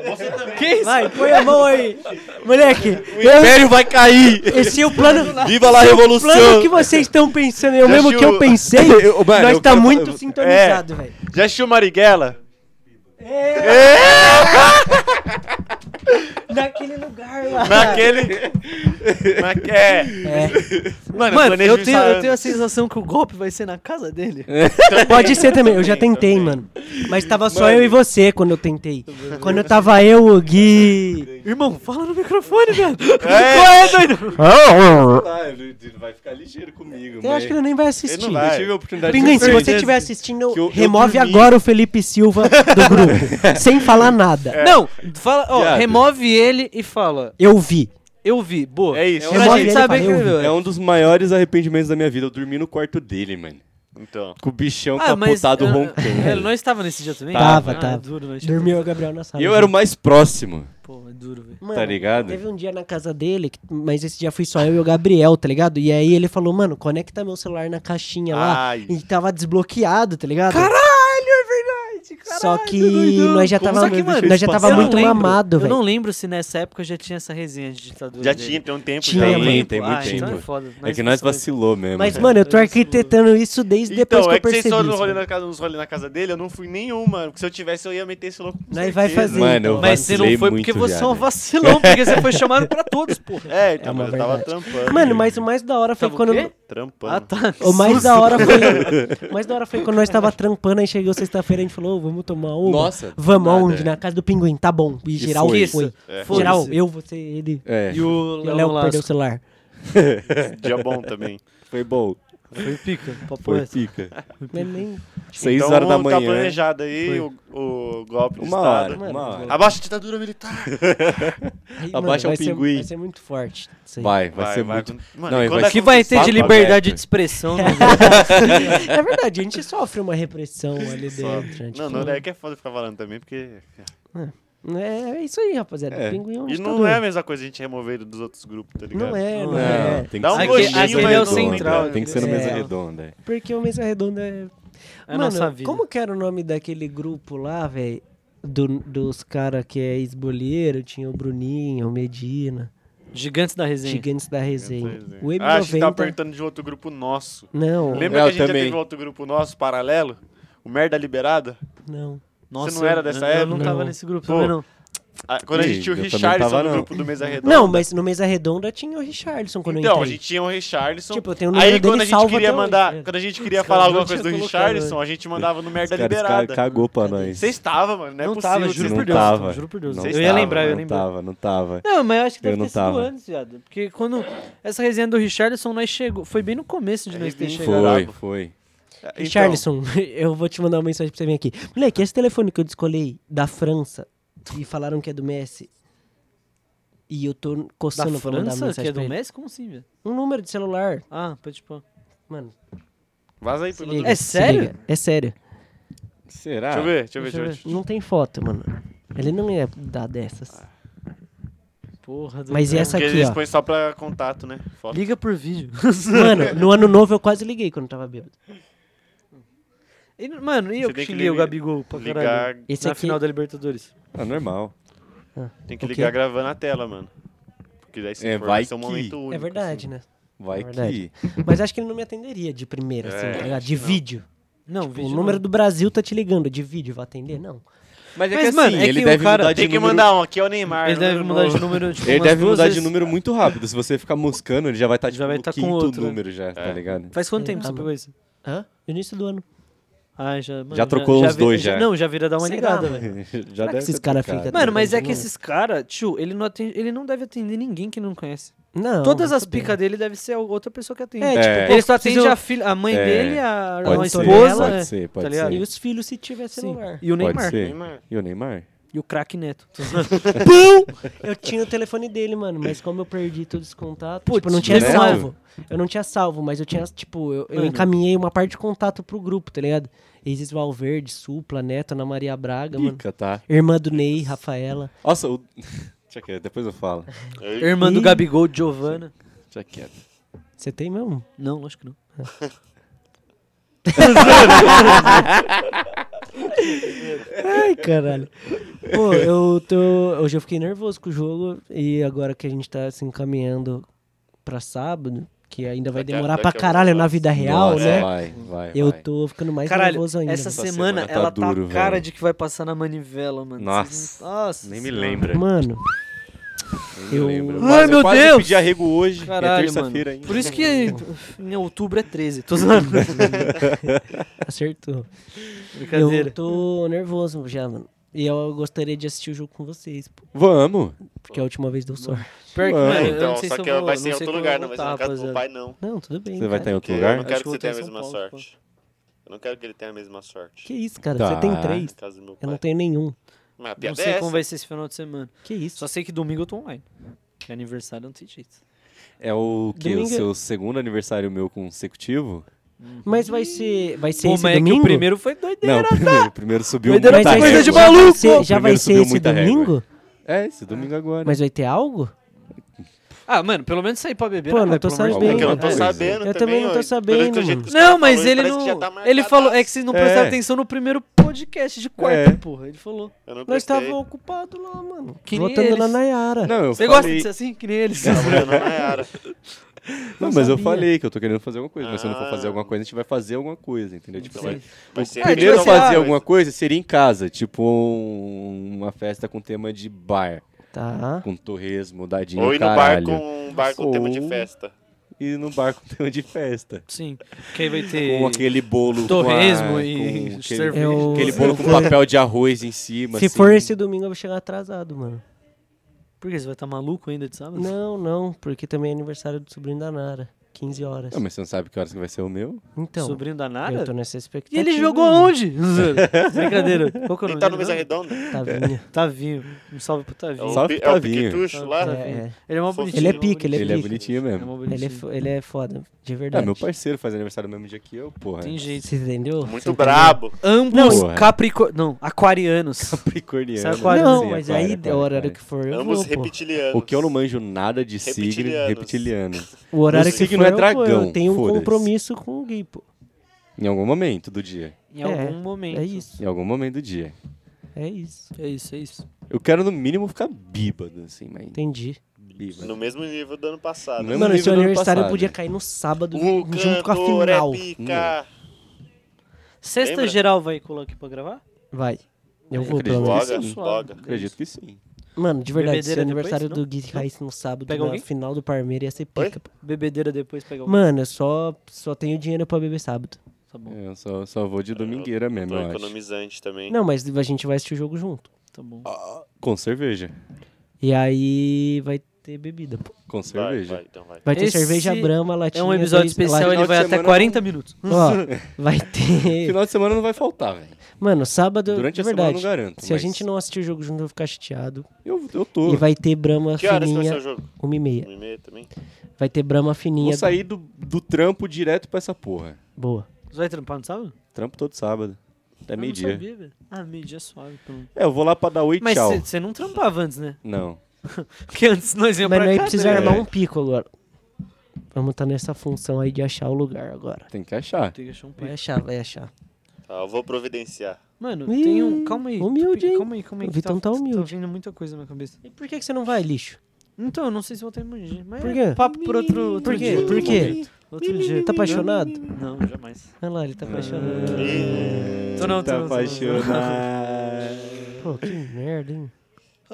Speaker 1: Que isso?
Speaker 3: Vai, põe a mão aí. Moleque,
Speaker 2: O
Speaker 3: eu...
Speaker 2: império vai cair.
Speaker 3: esse é o plano...
Speaker 2: Viva lá a
Speaker 3: O plano
Speaker 2: revolução.
Speaker 3: que vocês estão pensando é o
Speaker 4: Já
Speaker 3: mesmo
Speaker 4: viu-
Speaker 3: que eu pensei.
Speaker 2: Eu- mano,
Speaker 3: Nós
Speaker 2: eu
Speaker 3: tá
Speaker 2: quero- É.
Speaker 3: muito
Speaker 2: eu-
Speaker 3: sintonizado, velho.
Speaker 4: Já assistiu Marighella?
Speaker 3: Naquele lugar lá.
Speaker 4: Naquele... Naque... É.
Speaker 3: É,
Speaker 4: Mano,
Speaker 1: Mano,
Speaker 4: planejo
Speaker 1: eu
Speaker 4: isso
Speaker 1: tenho,
Speaker 4: há
Speaker 1: eu tenho a
Speaker 4: anos.
Speaker 1: sensação que o golpe vai ser na casa dele.
Speaker 3: pode ser também. Eu já tentei, mano. Mas tava só eu e você quando eu tentei. Quando eu tava eu, o Gui.
Speaker 1: Irmão, fala no microfone, velho. é,
Speaker 2: Ah, ele ele vai ficar ligeiro comigo,
Speaker 3: Eu acho que ele nem vai assistir.
Speaker 4: Ele não
Speaker 2: Eu
Speaker 4: vai.
Speaker 2: tive a oportunidade
Speaker 3: Pinguim, se
Speaker 2: surpreender-
Speaker 3: você estiver assistindo,
Speaker 2: que eu- eu
Speaker 3: remove
Speaker 2: dormi.
Speaker 3: agora o Felipe Silva do grupo. sem falar nada.
Speaker 1: Não, fala, ó,
Speaker 2: Viado.
Speaker 1: remove ele e fala.
Speaker 3: Eu vi.
Speaker 1: Eu vi, boa.
Speaker 4: É isso.
Speaker 1: Pra
Speaker 3: Remove
Speaker 1: gente
Speaker 3: ele e
Speaker 1: saber
Speaker 3: fala,
Speaker 1: que
Speaker 3: eu vi.
Speaker 2: É um dos maiores arrependimentos da minha vida. Eu dormi no quarto dele, mano.
Speaker 4: Então.
Speaker 2: Com o bichão
Speaker 1: Ah, mas,
Speaker 2: capotado
Speaker 1: ah,
Speaker 2: roncando.
Speaker 3: é
Speaker 1: Ele não estava nesse dia também?
Speaker 2: Tava,
Speaker 1: ah,
Speaker 3: tava.
Speaker 1: Duro, né?
Speaker 3: Dormiu o Gabriel na sala.
Speaker 2: E eu era o mais próximo.
Speaker 1: Pô, é duro, velho.
Speaker 3: Mano,
Speaker 2: Tá ligado?
Speaker 3: Teve um dia na casa dele, que- mas esse dia fui só eu e o Gabriel, tá ligado? E aí ele falou, mano, conecta meu celular na caixinha lá.
Speaker 4: Ai.
Speaker 3: E tava desbloqueado, tá ligado?
Speaker 1: Caralho, é verdade. Caralho,
Speaker 3: Só que nós já
Speaker 1: Como
Speaker 3: tava,
Speaker 1: só que, mano, tipo,
Speaker 3: nós já
Speaker 2: isso
Speaker 3: tava
Speaker 1: eu não
Speaker 3: muito
Speaker 1: lembro,
Speaker 3: mamado,
Speaker 1: Eu
Speaker 3: velho.
Speaker 1: não lembro se nessa época já tinha essa resenha de ditadura.
Speaker 4: Já
Speaker 1: dele.
Speaker 4: tinha, tem um tempo
Speaker 3: Tinha,
Speaker 4: já.
Speaker 1: Tem,
Speaker 3: mano.
Speaker 2: Tem,
Speaker 1: tem,
Speaker 2: tem muito
Speaker 1: ah, então
Speaker 2: tempo.
Speaker 1: é foda.
Speaker 2: É que nós vacilou mesmo.
Speaker 3: Mas, mano, eu tô
Speaker 1: Mas-
Speaker 3: arquitetando isso desde depois
Speaker 4: Então,
Speaker 3: que
Speaker 4: é
Speaker 3: eu
Speaker 4: que vocês
Speaker 3: percebi.
Speaker 4: foram no
Speaker 3: isso, né?
Speaker 4: rolê
Speaker 3: mano.
Speaker 4: na casa, uns rolê na casa dele, eu não fui nenhum, mano. Porque se eu tivesse, eu ia meter esse louco. com
Speaker 3: Nós vai
Speaker 4: certeza.
Speaker 3: fazer.
Speaker 2: Mano, eu
Speaker 1: Mas você não
Speaker 2: vacilei
Speaker 1: foi
Speaker 2: muito, né?
Speaker 1: porque você é um
Speaker 2: viado.
Speaker 1: vacilão, porque você foi chamado pra todos, porra.
Speaker 4: É, então,
Speaker 3: É uma
Speaker 4: mas eu tava
Speaker 3: verdade.
Speaker 4: trampando.
Speaker 3: Mano, mas o mais da hora foi
Speaker 1: Tava o
Speaker 3: quando.
Speaker 1: quê?
Speaker 4: Trampando.
Speaker 1: Ah, tá.
Speaker 3: O mais da hora foi. o mais da hora foi quando nós tava trampando, aí chegou sexta-feira e a gente falou, "Ô, vamos tomar uma.
Speaker 2: Nossa,
Speaker 3: Vamos
Speaker 2: nada,
Speaker 3: aonde?
Speaker 2: é.
Speaker 3: Na casa do pinguim, tá bom. E geral
Speaker 2: foi.
Speaker 3: foi.
Speaker 4: É.
Speaker 1: Foda-se.
Speaker 3: Geral, eu, você, ele.
Speaker 2: É,
Speaker 1: E
Speaker 3: E
Speaker 1: o
Speaker 3: o Léo perdeu
Speaker 1: Léo Lasco.
Speaker 3: o celular.
Speaker 4: Dia bom também.
Speaker 2: foi bom.
Speaker 1: Foi pica, um papo
Speaker 2: Foi
Speaker 1: reto.
Speaker 2: pica.
Speaker 3: Mas nem.
Speaker 2: Seis
Speaker 4: então,
Speaker 2: horas da manhã.
Speaker 4: tá planejado aí o, o golpe do
Speaker 2: Uma
Speaker 4: Estado.
Speaker 2: hora, uma hora.
Speaker 4: Abaixa a ditadura militar.
Speaker 3: Aí,
Speaker 2: Abaixa
Speaker 3: mano,
Speaker 2: o
Speaker 3: vai ser-
Speaker 2: pinguim.
Speaker 3: vai ser muito forte. isso aí.
Speaker 2: Vai, vai, ser muito.
Speaker 4: com- Mano,
Speaker 2: Não,
Speaker 4: e
Speaker 2: e
Speaker 4: quando
Speaker 2: vai-
Speaker 1: O que vai ter de
Speaker 2: Papo
Speaker 1: liberdade
Speaker 2: aberto.
Speaker 1: de expressão? né?
Speaker 3: É verdade, a gente sofre uma repressão ali dentro. né?
Speaker 4: Não,
Speaker 3: Tipo,
Speaker 4: não, é que é foda ficar falando também, porque.
Speaker 3: É, é isso aí, rapaziada.
Speaker 2: É.
Speaker 3: Pinguim é um
Speaker 4: E não
Speaker 3: ditador.
Speaker 4: é a mesma coisa a gente remover ele dos outros grupos, tá ligado?
Speaker 3: Não é, não
Speaker 2: Não,
Speaker 3: é.
Speaker 2: tem que
Speaker 4: Dá um
Speaker 2: ser
Speaker 4: gostinho,
Speaker 2: mesa
Speaker 4: mas
Speaker 2: redonda,
Speaker 4: não central,
Speaker 2: Tem que ser na
Speaker 3: entendeu?
Speaker 2: mesa
Speaker 3: É.
Speaker 2: redonda.
Speaker 4: Tá
Speaker 2: é.
Speaker 3: Porque o Mesa Redonda é.
Speaker 1: É a nossa vida.
Speaker 3: como que era o nome daquele grupo lá, velho? Do, dos caras que é ex-boleiro, tinha o Bruninho, o Medina,
Speaker 1: Gigantes da resenha.
Speaker 3: Gigantes da Resenha. O
Speaker 4: Ah, a gente tá
Speaker 3: M90.
Speaker 4: apertando de outro grupo nosso.
Speaker 3: não,
Speaker 4: Lembra
Speaker 2: Eu
Speaker 4: que a gente
Speaker 2: também.
Speaker 4: já teve outro grupo nosso, paralelo? O Merda Liberada?
Speaker 3: não.
Speaker 4: Você não era dessa
Speaker 1: eu, Eu
Speaker 4: época?
Speaker 1: não tava
Speaker 3: Não.
Speaker 1: nesse grupo
Speaker 4: Pô.
Speaker 1: também, não.
Speaker 4: Ah, quando a
Speaker 2: Ih,
Speaker 4: gente tinha
Speaker 2: eu
Speaker 4: o
Speaker 2: também
Speaker 4: Richardson
Speaker 2: tava,
Speaker 4: no
Speaker 2: não.
Speaker 4: grupo do Mesa Redonda.
Speaker 3: Não, mas no Mesa Redonda tinha o Richardson quando eu
Speaker 4: Então, a
Speaker 3: entrei.
Speaker 4: gente tinha o Richardson.
Speaker 3: Tipo, eu tenho o número
Speaker 4: Aí
Speaker 3: dele
Speaker 4: quando a gente
Speaker 3: salvo
Speaker 4: queria
Speaker 3: até hoje,
Speaker 4: mandar,
Speaker 3: né?
Speaker 4: quando a gente queria
Speaker 3: Os caras
Speaker 4: falar
Speaker 3: não
Speaker 4: alguma
Speaker 3: tinham
Speaker 4: coisa do
Speaker 3: colocado,
Speaker 4: Richardson, a gente mandava no Merda
Speaker 2: Cara, esse cara
Speaker 4: Liberada.
Speaker 2: cagou pra nós.
Speaker 4: Você estava, mano, não é
Speaker 1: não
Speaker 4: possível.
Speaker 1: tava,
Speaker 4: que
Speaker 1: juro
Speaker 4: vocês
Speaker 1: por
Speaker 2: não
Speaker 1: Deus.
Speaker 2: tava.
Speaker 1: Tom, Juro por Deus.
Speaker 4: Não
Speaker 1: Eu
Speaker 4: tava,
Speaker 1: ia lembrar, eu ia
Speaker 2: Não
Speaker 1: lembrar.
Speaker 2: tava, não tava.
Speaker 1: Não, mas eu acho que
Speaker 2: Eu
Speaker 1: deve
Speaker 2: não
Speaker 1: ter sido
Speaker 2: tava.
Speaker 1: antes, viado. Porque quando essa resenha do Richardson, nós chegou. Foi bem no começo de
Speaker 4: É,
Speaker 1: nós ter
Speaker 4: bem-
Speaker 1: chegado.
Speaker 2: Foi,
Speaker 4: Chegava.
Speaker 2: foi.
Speaker 4: Então,
Speaker 3: Richarlison, eu vou te mandar uma mensagem pra você vir aqui. Moleque, esse telefone que eu descolei da França e falaram que é do Messi. E eu tô
Speaker 1: Da
Speaker 3: coçando pra mandar
Speaker 1: França, que
Speaker 3: mensagem
Speaker 1: é do
Speaker 3: pra ele.
Speaker 1: Messi? Como assim, velho?
Speaker 3: Um número de celular.
Speaker 1: Ah, pode tipo.
Speaker 3: Mano,
Speaker 4: Então, Vaza aí pro
Speaker 3: liga,
Speaker 4: grupo.
Speaker 1: É
Speaker 3: se
Speaker 1: sério?
Speaker 3: liga. É sério.
Speaker 2: Será?
Speaker 4: Deixa eu ver, deixa eu ver,
Speaker 1: Deixa
Speaker 4: deixa
Speaker 1: eu
Speaker 4: eu ver.
Speaker 1: ver.
Speaker 3: Não tem foto, mano. Ele não ia dar dessas.
Speaker 1: Porra do
Speaker 3: Mas e
Speaker 1: céu.
Speaker 3: essa
Speaker 4: Porque
Speaker 3: aqui,
Speaker 4: eles
Speaker 3: ó?
Speaker 4: põem só pra contato, né? Foto.
Speaker 1: Liga por vídeo.
Speaker 3: Mano, no ano novo eu quase liguei quando tava bêbado.
Speaker 1: E, mano, e
Speaker 4: Você
Speaker 1: eu que
Speaker 4: tem que
Speaker 1: xinguei o
Speaker 4: ligar-
Speaker 1: Gabigol pra
Speaker 4: Ligar,
Speaker 1: caralho?
Speaker 3: Esse
Speaker 1: na
Speaker 3: aqui-
Speaker 1: final da Libertadores.
Speaker 2: Ah, normal.
Speaker 4: tem que
Speaker 3: O quê?
Speaker 4: ligar gravando a tela, mano. Porque daí se
Speaker 2: É,
Speaker 4: for,
Speaker 2: vai
Speaker 4: vai ser um
Speaker 2: que-
Speaker 4: momento único.
Speaker 3: É verdade, né?
Speaker 2: Vai
Speaker 3: É verdade.
Speaker 2: que.
Speaker 3: Mas acho que ele não me atenderia de primeira, assim,
Speaker 4: É,
Speaker 3: tá ligado? De vídeo.
Speaker 1: Não,
Speaker 3: O
Speaker 1: Um vídeo.
Speaker 3: número
Speaker 1: não.
Speaker 3: do Brasil tá te ligando. De vídeo, vai atender? Não.
Speaker 2: Mas é
Speaker 1: Mas,
Speaker 2: que assim,
Speaker 1: mano, é
Speaker 2: ele
Speaker 1: que o
Speaker 2: deve
Speaker 1: cara
Speaker 2: mudar
Speaker 4: Tem
Speaker 2: de
Speaker 4: que
Speaker 2: número.
Speaker 4: mandar um aqui, é o Neymar.
Speaker 1: Ele deve
Speaker 4: número
Speaker 1: mudar de
Speaker 4: novo.
Speaker 1: número. Tipo,
Speaker 2: Ele
Speaker 1: umas
Speaker 2: deve
Speaker 1: duas
Speaker 2: mudar de
Speaker 1: vezes.
Speaker 2: número muito rápido. Se você ficar moscando, ele já vai estar
Speaker 1: Já
Speaker 2: tipo,
Speaker 1: vai
Speaker 2: no
Speaker 1: tá com
Speaker 2: quinto
Speaker 1: outro, né?
Speaker 2: número já, tá
Speaker 4: É.
Speaker 2: ligado?
Speaker 1: Faz quanto tempo
Speaker 3: Ah,
Speaker 1: você
Speaker 3: mano.
Speaker 1: pegou isso?
Speaker 3: Hã? Início do ano.
Speaker 1: Ah, já. mano,
Speaker 2: Já trocou os dois,
Speaker 1: vi-
Speaker 2: já.
Speaker 1: Não, já vira dar uma
Speaker 3: Será,
Speaker 1: ligada,
Speaker 3: mano?
Speaker 1: velho.
Speaker 2: já
Speaker 3: que
Speaker 2: deve
Speaker 3: esses
Speaker 2: ter
Speaker 3: cara
Speaker 2: trocado.
Speaker 3: fica-
Speaker 1: Mano, mas é
Speaker 3: Não.
Speaker 1: que esses caras, tio, ele não, atende, ele não deve atender ninguém que não conhece.
Speaker 3: Não.
Speaker 1: Todas
Speaker 3: não
Speaker 1: as
Speaker 3: fudeu.
Speaker 1: picas dele deve ser a outra pessoa que atende.
Speaker 3: Então, É,
Speaker 2: É.
Speaker 3: tipo, pô,
Speaker 1: Ele só atende
Speaker 3: preciso-
Speaker 1: a filha, a mãe
Speaker 2: É,
Speaker 1: dele, a,
Speaker 2: Pode
Speaker 1: a
Speaker 2: ser,
Speaker 1: esposa.
Speaker 2: pode
Speaker 1: né?
Speaker 2: ser, pode
Speaker 1: tá ligado?
Speaker 2: ser.
Speaker 3: E os filhos se tiver
Speaker 1: Sim.
Speaker 3: celular.
Speaker 1: E o
Speaker 2: Pode
Speaker 1: Neymar.
Speaker 2: ser.
Speaker 4: Neymar.
Speaker 2: E o Neymar?
Speaker 1: E o craque Neto.
Speaker 3: Eu tinha o telefone dele, mano, mas como eu perdi todos os contatos,
Speaker 1: Putz,
Speaker 3: tipo, eu não tinha
Speaker 2: direto?
Speaker 3: salvo. Eu não tinha salvo, mas eu tinha, tipo, eu, eu
Speaker 1: Mano.
Speaker 3: encaminhei uma parte de contato pro grupo, tá ligado? Isis Valverde, Supla, Neto, Ana Maria Braga, mano.
Speaker 2: Pica, tá?
Speaker 3: Irmã do Ney, Rafaela.
Speaker 2: Nossa, o... Deixa quieto, depois eu falo.
Speaker 1: Irmã do
Speaker 3: Ih.
Speaker 1: Gabigol, Giovana.
Speaker 2: Deixa quieto.
Speaker 3: Você tem mesmo?
Speaker 1: Não, lógico que não.
Speaker 3: Ai, caralho. Pô, eu tô. Hoje eu fiquei nervoso com o jogo e agora que a gente tá se encaminhando pra sábado, que ainda vai
Speaker 4: Daqui a-
Speaker 3: demorar
Speaker 4: daqui
Speaker 3: pra
Speaker 4: a
Speaker 3: caralho na
Speaker 4: algumas
Speaker 3: vida real,
Speaker 2: Nossa,
Speaker 4: é.
Speaker 3: né?
Speaker 2: Vai, vai.
Speaker 3: Eu
Speaker 2: vai.
Speaker 3: tô ficando mais
Speaker 1: Caralho,
Speaker 3: nervoso ainda.
Speaker 1: essa
Speaker 2: Essa
Speaker 1: semana,
Speaker 2: semana tá
Speaker 1: ela tá
Speaker 2: duro,
Speaker 1: cara
Speaker 2: velho.
Speaker 1: de que vai passar na manivela, mano. Vocês
Speaker 2: Nossa.
Speaker 1: não- Nossa.
Speaker 2: Nem me
Speaker 1: senhora.
Speaker 2: lembra.
Speaker 3: Mano. Eu-
Speaker 2: lembro.
Speaker 1: Ai,
Speaker 2: Mas eu
Speaker 1: meu
Speaker 2: quase
Speaker 1: Deus!
Speaker 2: pedi arrego hoje. é
Speaker 1: Caralho, mano.
Speaker 2: terça-feira ainda.
Speaker 1: Por isso que em outubro é 13. Tô zoando.
Speaker 3: Acertou.
Speaker 1: Brincadeira.
Speaker 3: Eu tô nervoso já, mano. E eu gostaria de assistir o jogo com vocês, pô,
Speaker 2: Vamos.
Speaker 3: porque a última vez deu sorte.
Speaker 1: Pior que,
Speaker 2: Mano,
Speaker 1: mano,
Speaker 4: É,
Speaker 1: eu
Speaker 4: então,
Speaker 1: não sei
Speaker 4: só
Speaker 1: se
Speaker 4: que
Speaker 1: eu vou,
Speaker 4: vai ser em
Speaker 1: sei
Speaker 4: outro
Speaker 1: se eu
Speaker 4: lugar,
Speaker 1: vou
Speaker 4: não vai ser
Speaker 1: voltar,
Speaker 4: na casa do meu
Speaker 1: rapaziada.
Speaker 4: pai, não.
Speaker 3: Não, tudo bem.
Speaker 2: Você vai um estar
Speaker 3: cara.
Speaker 2: em outro
Speaker 4: Porque eu
Speaker 2: lugar?
Speaker 4: não
Speaker 1: Acho
Speaker 4: quero
Speaker 1: que
Speaker 4: que
Speaker 1: eu
Speaker 4: você tenha a
Speaker 1: tenho São
Speaker 4: mesma
Speaker 1: Paulo,
Speaker 4: sorte. Eu não quero que ele tenha a mesma sorte.
Speaker 3: Que isso, cara?
Speaker 2: Tá.
Speaker 3: Você tem três.
Speaker 4: Na casa do meu
Speaker 3: Eu não
Speaker 4: pai.
Speaker 3: tenho nenhum.
Speaker 4: Mas a
Speaker 1: Não
Speaker 4: piada é
Speaker 1: sei como
Speaker 4: essa.
Speaker 1: vai ser esse final de semana.
Speaker 3: Que isso?
Speaker 1: Só sei que domingo eu tô online. Que aniversário não tem jeito.
Speaker 2: É o que? O
Speaker 3: Domingo é-
Speaker 2: seu segundo aniversário meu consecutivo?
Speaker 3: Mas vai ser, vai ser
Speaker 1: Pô,
Speaker 3: esse
Speaker 1: mas é que
Speaker 3: domingo?
Speaker 1: o primeiro tá foi doideira.
Speaker 2: Não, o primeiro, o primeiro subiu um
Speaker 1: Mas
Speaker 2: muita
Speaker 1: era
Speaker 3: Mas vai
Speaker 1: coisa
Speaker 3: ser-
Speaker 2: régua.
Speaker 1: de
Speaker 3: já vai
Speaker 1: maluco!
Speaker 3: ser- Já vai
Speaker 2: Primeiro
Speaker 3: ser
Speaker 2: subiu
Speaker 3: esse
Speaker 2: muita régua.
Speaker 3: domingo?
Speaker 2: É, esse domingo agora.
Speaker 3: Mas vai ter algo?
Speaker 1: Ah, mano, pelo menos sair pra beber.
Speaker 3: Pô,
Speaker 1: né,
Speaker 3: não
Speaker 1: cara?
Speaker 3: tô
Speaker 1: Pelo amor de
Speaker 3: sabendo.
Speaker 1: Deus.
Speaker 4: É que eu não tô
Speaker 2: Pois é.
Speaker 4: sabendo
Speaker 3: Eu também não tô
Speaker 4: ó, pelo
Speaker 3: sabendo,
Speaker 4: jeito
Speaker 3: mano.
Speaker 4: que os caras
Speaker 1: Não, mas
Speaker 4: falam,
Speaker 1: ele
Speaker 4: parece que
Speaker 1: não.
Speaker 4: já tá marcadaço.
Speaker 1: ele falou. É que vocês não
Speaker 2: É.
Speaker 1: prestaram atenção no primeiro podcast de quarta,
Speaker 2: É.
Speaker 1: porra. Ele falou.
Speaker 4: Eu não
Speaker 3: Nós
Speaker 4: prestei.
Speaker 3: tava ocupado lá, mano.
Speaker 1: Que nem
Speaker 3: Votando na
Speaker 1: eles.
Speaker 3: Nayara.
Speaker 2: Não, eu
Speaker 1: Você gosta
Speaker 2: falei...
Speaker 1: de ser assim? Que nem eles.
Speaker 4: Tava olhando na Nayara.
Speaker 2: Não,
Speaker 3: Não
Speaker 2: mas eu
Speaker 3: sabia.
Speaker 2: falei que eu tô querendo fazer alguma coisa. Mas se eu não for
Speaker 4: Ah.
Speaker 2: fazer alguma coisa, a gente vai fazer alguma coisa, entendeu? Tipo,
Speaker 4: Então,
Speaker 2: vai-
Speaker 4: Vai ser-
Speaker 1: É,
Speaker 2: Primeiro
Speaker 1: tipo assim,
Speaker 2: fazer
Speaker 1: ah,
Speaker 2: alguma coisa seria em casa, tipo um- uma festa com tema de bar,
Speaker 3: Tá.
Speaker 2: com torresmo, dadinho,
Speaker 4: Ou ir no bar
Speaker 2: caralho.
Speaker 4: com, um bar com tema de
Speaker 2: Ou-
Speaker 4: festa.
Speaker 2: E no bar com tema de festa.
Speaker 1: Sim. Que aí vai ter.
Speaker 2: Com aquele bolo com
Speaker 1: torresmo
Speaker 2: a-
Speaker 1: e
Speaker 2: com aquele,
Speaker 1: cerveja.
Speaker 3: Eu-
Speaker 2: aquele bolo com papel de arroz em cima.
Speaker 3: Se
Speaker 2: assim.
Speaker 3: for esse domingo, eu vou chegar atrasado, mano.
Speaker 1: Por que você vai estar maluco ainda de sábado?
Speaker 3: Não, não, porque também é aniversário do sobrinho da Nara. 15 horas.
Speaker 2: Não, mas você não sabe que horas que vai ser o meu?
Speaker 3: Então,
Speaker 1: Sobrinho da
Speaker 3: eu
Speaker 1: Nara?
Speaker 3: tô Tá nessa expectativa.
Speaker 1: E ele jogou
Speaker 3: aí.
Speaker 1: aonde? Brincadeira. Qual que é o
Speaker 4: Nem
Speaker 1: nome
Speaker 4: tá no
Speaker 1: dele
Speaker 4: mesa
Speaker 1: mesmo?
Speaker 4: redonda.
Speaker 2: É.
Speaker 3: Tavinha.
Speaker 1: Tavinho. Um salve pro
Speaker 4: É o,
Speaker 1: Tavinho.
Speaker 2: Salve
Speaker 4: pi-
Speaker 2: pro
Speaker 4: é o
Speaker 2: Tavinho.
Speaker 4: piquetucho lá.
Speaker 1: Salve.
Speaker 3: É, é.
Speaker 1: Ele é
Speaker 4: Fofinho.
Speaker 1: uma bonitinho.
Speaker 4: Ele é
Speaker 3: pica, ele é
Speaker 2: Ele é
Speaker 3: pica.
Speaker 2: bonitinho
Speaker 1: É
Speaker 2: mesmo.
Speaker 1: uma
Speaker 3: Ele é,
Speaker 1: bonitinho.
Speaker 3: fo- ele é foda, de
Speaker 2: É,
Speaker 3: verdade.
Speaker 2: meu parceiro faz aniversário no mesmo dia que eu, porra.
Speaker 1: Tem jeito.
Speaker 3: Você entendeu? Você
Speaker 4: Muito
Speaker 3: entendeu?
Speaker 4: brabo.
Speaker 1: Ambos
Speaker 2: Porra.
Speaker 1: capricor... Não, aquarianos.
Speaker 2: Capricorniano.
Speaker 1: Sabe qual é?
Speaker 2: né?
Speaker 3: Não,
Speaker 2: Sim,
Speaker 3: mas
Speaker 2: aquário,
Speaker 3: aí é
Speaker 2: aquário,
Speaker 3: o horário
Speaker 2: aquário.
Speaker 3: que for. Eu
Speaker 4: Ambos
Speaker 3: vou, pô.
Speaker 4: reptilianos.
Speaker 2: O que eu não manjo nada de signo
Speaker 4: Reptilianos.
Speaker 2: reptiliano.
Speaker 3: O horário
Speaker 2: Meu
Speaker 3: que
Speaker 2: signo
Speaker 3: for,
Speaker 2: é
Speaker 3: eu vou.
Speaker 2: dragão,
Speaker 3: Eu tenho um
Speaker 2: foda-se.
Speaker 3: compromisso com o Gui, pô.
Speaker 2: Em algum momento do dia.
Speaker 1: Em
Speaker 3: É,
Speaker 1: algum momento.
Speaker 3: É isso,
Speaker 2: Em algum momento do dia.
Speaker 3: é isso.
Speaker 1: É isso, é isso.
Speaker 2: Eu quero, no mínimo, ficar bíbado, assim, mas.
Speaker 3: Entendi.
Speaker 2: Bíbado.
Speaker 4: No mesmo nível do ano passado.
Speaker 2: Não é
Speaker 3: Mano,
Speaker 2: nível
Speaker 3: esse
Speaker 2: do ano
Speaker 3: aniversário
Speaker 2: passado.
Speaker 3: podia cair no sábado
Speaker 4: O
Speaker 3: junto com a
Speaker 4: cantor é
Speaker 3: final.
Speaker 4: pica.
Speaker 1: Sexta
Speaker 4: Lembra?
Speaker 1: geral vai colocar aqui pra gravar?
Speaker 3: Vai.
Speaker 1: É,
Speaker 3: Eu vou,
Speaker 2: Acredito
Speaker 3: pelo menos.
Speaker 4: Loga,
Speaker 1: Sim.
Speaker 4: loga.
Speaker 1: É
Speaker 2: Acredito que sim.
Speaker 3: Mano, de verdade, se o
Speaker 1: Bebedeira depois,
Speaker 3: aniversário
Speaker 1: não?
Speaker 3: do Gui caísse no sábado,
Speaker 1: Pega
Speaker 3: na
Speaker 1: alguém?
Speaker 3: final do Parmeira ia ser
Speaker 4: Oi?
Speaker 3: pica. pô.
Speaker 1: Bebedeira depois pegar o...
Speaker 3: Mano, eu só, só tenho dinheiro pra beber sábado.
Speaker 1: Tá bom,
Speaker 2: Eu só, só vou de domingueira mesmo,
Speaker 4: É, Tô
Speaker 2: eu acho.
Speaker 4: economizante também.
Speaker 3: Não, mas a gente vai assistir o jogo junto.
Speaker 1: tá bom.
Speaker 2: Com cerveja.
Speaker 3: E aí vai ter bebida, pô.
Speaker 2: Com
Speaker 4: vai,
Speaker 2: cerveja.
Speaker 4: vai, então vai.
Speaker 3: Vai ter
Speaker 1: Esse
Speaker 3: cerveja brama, latinha...
Speaker 1: É um episódio
Speaker 3: dois-
Speaker 1: especial,
Speaker 3: lati-
Speaker 1: ele
Speaker 2: Final
Speaker 1: vai
Speaker 2: de
Speaker 1: até
Speaker 2: semana-
Speaker 1: 40 minutos.
Speaker 3: Ó, vai ter...
Speaker 2: Final de semana não vai faltar, velho.
Speaker 3: Mano, sábado,
Speaker 2: Durante
Speaker 3: de
Speaker 1: é
Speaker 2: a semana eu
Speaker 3: verdade,
Speaker 2: não garanto.
Speaker 3: se a
Speaker 2: mas
Speaker 3: gente não assistir o jogo junto, eu vou ficar chateado.
Speaker 2: Eu, eu tô.
Speaker 3: E vai ter brama
Speaker 4: Que horas vai ser o
Speaker 3: fininha,
Speaker 4: jogo?
Speaker 3: uma e meia.
Speaker 4: Um e meia também?
Speaker 3: Vai ter brama
Speaker 2: Vou
Speaker 3: fininha...
Speaker 2: sair do, do trampo direto pra essa porra.
Speaker 3: Boa.
Speaker 1: Você vai trampar no sábado?
Speaker 2: Trampo todo sábado. Até
Speaker 1: Eu não
Speaker 2: meio-dia.
Speaker 1: sabia, velho. É Ah, meio-dia é suave. Pelo...
Speaker 2: É, eu vou lá pra dar oi
Speaker 1: Mas
Speaker 2: tchau.
Speaker 1: você não trampava antes, né?
Speaker 2: Não.
Speaker 1: Porque antes nós íamos
Speaker 3: Mas
Speaker 1: pra
Speaker 3: nós
Speaker 1: casa.
Speaker 3: precisamos
Speaker 1: né?
Speaker 3: armar um pico agora. Vamos estar nessa função aí de achar o lugar agora.
Speaker 2: Tem que achar.
Speaker 1: Tem que achar um pico.
Speaker 3: Vai achar, vai achar.
Speaker 4: Tá, eu vou providenciar.
Speaker 1: Mano,
Speaker 3: Ih,
Speaker 1: tem um... Calma aí.
Speaker 3: humilde,
Speaker 1: Tupi,
Speaker 3: hein?
Speaker 1: Calma aí, calma aí.
Speaker 3: O
Speaker 1: que
Speaker 3: Vitão tá humilde.
Speaker 1: Tá vindo muita coisa na cabeça.
Speaker 3: E por que, que você não vai, lixo?
Speaker 1: Então, eu não sei se vou ter muito dia. Mas
Speaker 3: Por
Speaker 1: é
Speaker 3: quê?
Speaker 1: papo por outro, outro
Speaker 3: Por quê?
Speaker 1: dia.
Speaker 3: Por
Speaker 1: outro
Speaker 3: quê?
Speaker 1: momento, Outro dia.
Speaker 3: Tá apaixonado?
Speaker 1: Não, jamais.
Speaker 3: Olha lá, ele tá apaixonado.
Speaker 4: Ih,
Speaker 2: tá
Speaker 1: Tô não, tô não, tô não.
Speaker 2: apaixonado.
Speaker 3: Ah. Pô, que merda, hein?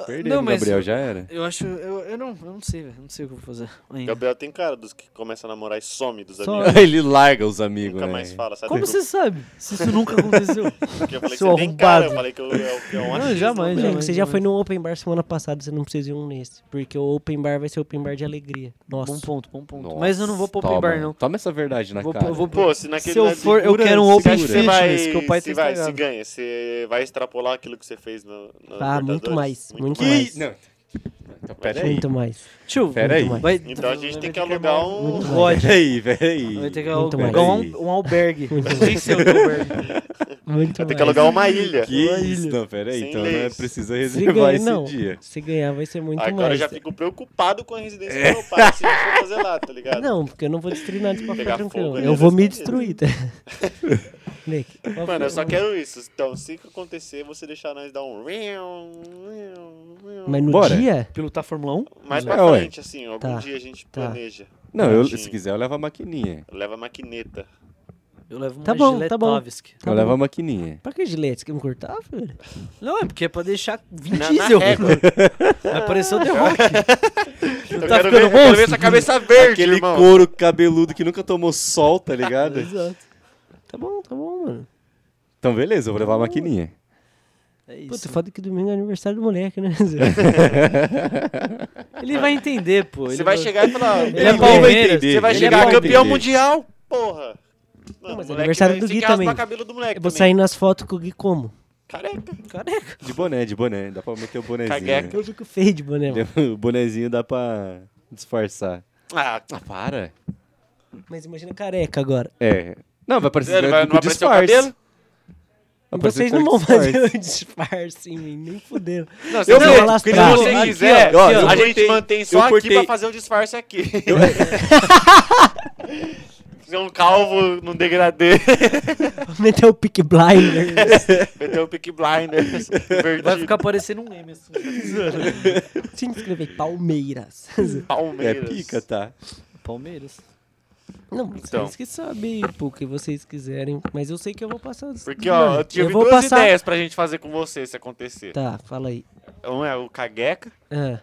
Speaker 2: Perdeu,
Speaker 1: Ah, Não, mas-
Speaker 2: Gabriel, já era.
Speaker 1: Eu acho... Eu, eu, não, eu não sei, velho. Não sei o que eu vou fazer ainda.
Speaker 4: Gabriel tem cara dos que começa a namorar e some dos
Speaker 3: Some.
Speaker 4: amigos.
Speaker 2: Ele larga os amigos,
Speaker 4: Nunca
Speaker 2: né?
Speaker 4: mais fala, sabe?
Speaker 1: Como
Speaker 4: Porque
Speaker 1: você sabe? Se isso nunca aconteceu.
Speaker 4: eu falei que
Speaker 1: seu
Speaker 4: você tem cara, eu
Speaker 1: arrombado?
Speaker 4: falei que eu, eu, que é um achismo,
Speaker 1: Não, jamais,
Speaker 4: né?
Speaker 1: jamais.
Speaker 3: Moleque, você já foi no open bar semana passada, você não precisa ir um nesse. Porque o open bar vai ser open bar de alegria. Nossa.
Speaker 1: Bom ponto, bom ponto. Mas eu não vou pro open
Speaker 2: Toma.
Speaker 1: bar, não.
Speaker 2: Toma essa verdade na
Speaker 1: Vou,
Speaker 2: cara.
Speaker 1: eu vou,
Speaker 4: Pô, se naquele
Speaker 1: se eu
Speaker 4: na-
Speaker 1: for, eu
Speaker 2: segura,
Speaker 1: quero um
Speaker 2: segura.
Speaker 1: open
Speaker 2: Você
Speaker 1: fitness,
Speaker 4: vai,
Speaker 1: que o pai tá
Speaker 4: se vai, se
Speaker 1: estragado. Tá,
Speaker 4: ganha, você vai extrapolar aquilo que você fez no, no
Speaker 3: Ah, muito
Speaker 4: Libertadores?
Speaker 3: mais, muito
Speaker 2: Que...
Speaker 3: mais.
Speaker 2: Não. Então,
Speaker 4: É
Speaker 2: peraí.
Speaker 3: Muito mais.
Speaker 1: Tio,
Speaker 2: Pera aí.
Speaker 1: vai-
Speaker 4: Então a gente tem que
Speaker 1: vai ter
Speaker 4: alugar
Speaker 1: arrumar
Speaker 4: um-
Speaker 1: um lodge.
Speaker 2: Peraí, peraí.
Speaker 1: Vai ter que
Speaker 3: Muito
Speaker 1: alugar
Speaker 2: mais.
Speaker 1: um, um albergue. Tem que ser outro albergue.
Speaker 3: Muito
Speaker 4: Vai
Speaker 3: mais.
Speaker 4: ter que alugar um uma ilha.
Speaker 2: Que isso? Não, peraí.
Speaker 4: Sem
Speaker 2: Então não é
Speaker 4: leis.
Speaker 2: precisa
Speaker 3: se
Speaker 2: reservar
Speaker 3: ganhar,
Speaker 2: esse
Speaker 3: não.
Speaker 2: dia.
Speaker 3: Se ganhar, vai ser muito
Speaker 4: Agora eu
Speaker 3: mais.
Speaker 1: é.
Speaker 4: já fico preocupado com a residência do meu pai se eu for fazer lá, tá ligado?
Speaker 3: Não, porque eu não vou destruir nada pra ficar
Speaker 4: Pegar
Speaker 3: tranquilo.
Speaker 4: fogo,
Speaker 3: eu
Speaker 4: né,
Speaker 3: vou me
Speaker 4: nessa
Speaker 3: destruir, tá? Nick, qual
Speaker 4: Mano,
Speaker 3: foi
Speaker 4: eu só
Speaker 3: o-
Speaker 4: quero isso. Então, se que acontecer, você deixar nós dar um. riam, riam, riam.
Speaker 3: Mas no
Speaker 2: Bora.
Speaker 3: dia?
Speaker 1: Pilotar
Speaker 3: um?
Speaker 1: Fórmula 1?
Speaker 4: Mais
Speaker 2: É,
Speaker 4: pra
Speaker 2: ué.
Speaker 4: frente, assim, algum
Speaker 3: Tá,
Speaker 4: dia a gente
Speaker 3: tá.
Speaker 4: planeja.
Speaker 2: Não, eu,
Speaker 4: Bonitinho.
Speaker 2: se quiser eu levo a maquininha.
Speaker 4: Leva a maquineta.
Speaker 1: Eu levo uma
Speaker 3: Tá bom, tá bom.
Speaker 1: Giletovski.
Speaker 3: Tá
Speaker 2: eu levo
Speaker 3: bom.
Speaker 2: a maquininha.
Speaker 3: Pra que gilete? Você quer me cortar, velho?
Speaker 1: Não, é porque é pra deixar Vin
Speaker 4: Na- na
Speaker 1: Diesel.
Speaker 4: régua.
Speaker 1: Vai parecer o The Rock.
Speaker 4: Eu,
Speaker 1: tá
Speaker 4: quero
Speaker 1: ficando
Speaker 4: ver, eu quero ver
Speaker 1: monstro.
Speaker 4: essa cabeça verde,
Speaker 2: Aquele
Speaker 4: irmão.
Speaker 2: couro cabeludo que nunca tomou sol, tá ligado?
Speaker 3: Exato. Tá bom, tá bom, mano.
Speaker 2: Então, beleza, eu vou levar a maquininha.
Speaker 1: É
Speaker 3: Puta,
Speaker 1: isso.
Speaker 3: foda que domingo é aniversário do moleque, né?
Speaker 1: Ele vai entender, pô.
Speaker 4: Você
Speaker 1: Ele
Speaker 4: vai chegar e falar...
Speaker 1: Ele é
Speaker 2: Ninguém vai
Speaker 1: Palmeiras,
Speaker 2: entender,
Speaker 4: Você vai
Speaker 2: ninguém
Speaker 4: chegar
Speaker 1: vai
Speaker 4: campeão
Speaker 2: entender.
Speaker 4: mundial, porra. Não,
Speaker 3: mas
Speaker 4: moleque
Speaker 3: aniversário
Speaker 4: vai
Speaker 3: do
Speaker 4: se
Speaker 3: Gui
Speaker 4: raspar
Speaker 3: também.
Speaker 4: cabelo do moleque
Speaker 3: Eu vou
Speaker 4: É também.
Speaker 3: sair nas fotos com o Gui como?
Speaker 4: Careca.
Speaker 1: Careca.
Speaker 2: De boné, de boné. Dá pra meter o
Speaker 4: Cagueca.
Speaker 2: bonezinho.
Speaker 3: Eu fico feio de boné, mano.
Speaker 2: O bonezinho dá pra disfarçar.
Speaker 4: Ah,
Speaker 2: Ah, para.
Speaker 3: Mas imagina careca agora.
Speaker 2: É. Não, vai parecer
Speaker 4: Ele vai- não
Speaker 2: com
Speaker 4: vai aparecer o cabelo?
Speaker 2: Vai parecer
Speaker 3: Vocês
Speaker 2: com
Speaker 3: não vão
Speaker 2: disfarce.
Speaker 3: fazer o disfarce em mim, nem fudeu.
Speaker 4: não, se
Speaker 2: Eu
Speaker 4: não,
Speaker 2: vou-
Speaker 4: se
Speaker 3: eu
Speaker 4: você
Speaker 1: vou-
Speaker 4: quiser,
Speaker 1: aqui, ó,
Speaker 2: eu
Speaker 4: a
Speaker 2: cortei-
Speaker 4: gente mantém só
Speaker 2: eu
Speaker 4: aqui
Speaker 2: cortei-
Speaker 4: pra fazer o disfarce aqui. Fazer um calvo num degradê,
Speaker 3: Vou meter o pick blinder.
Speaker 4: meter um pick blinders, invertido.
Speaker 1: Vai ficar parecendo um meme assim.
Speaker 3: Se inscrever Palmeiras.
Speaker 2: É
Speaker 4: Palmeiras.
Speaker 2: pica, tá?
Speaker 1: Palmeiras.
Speaker 3: Não,
Speaker 4: Então.
Speaker 3: vocês que sabem pô, o que vocês quiserem. Mas eu sei que eu vou passar.
Speaker 4: Porque, ó, eu tive
Speaker 3: Eu vou
Speaker 4: duas
Speaker 3: passar-
Speaker 4: ideias pra gente fazer com você se acontecer.
Speaker 3: Tá, fala aí.
Speaker 4: Um é o cagueca
Speaker 3: Ah,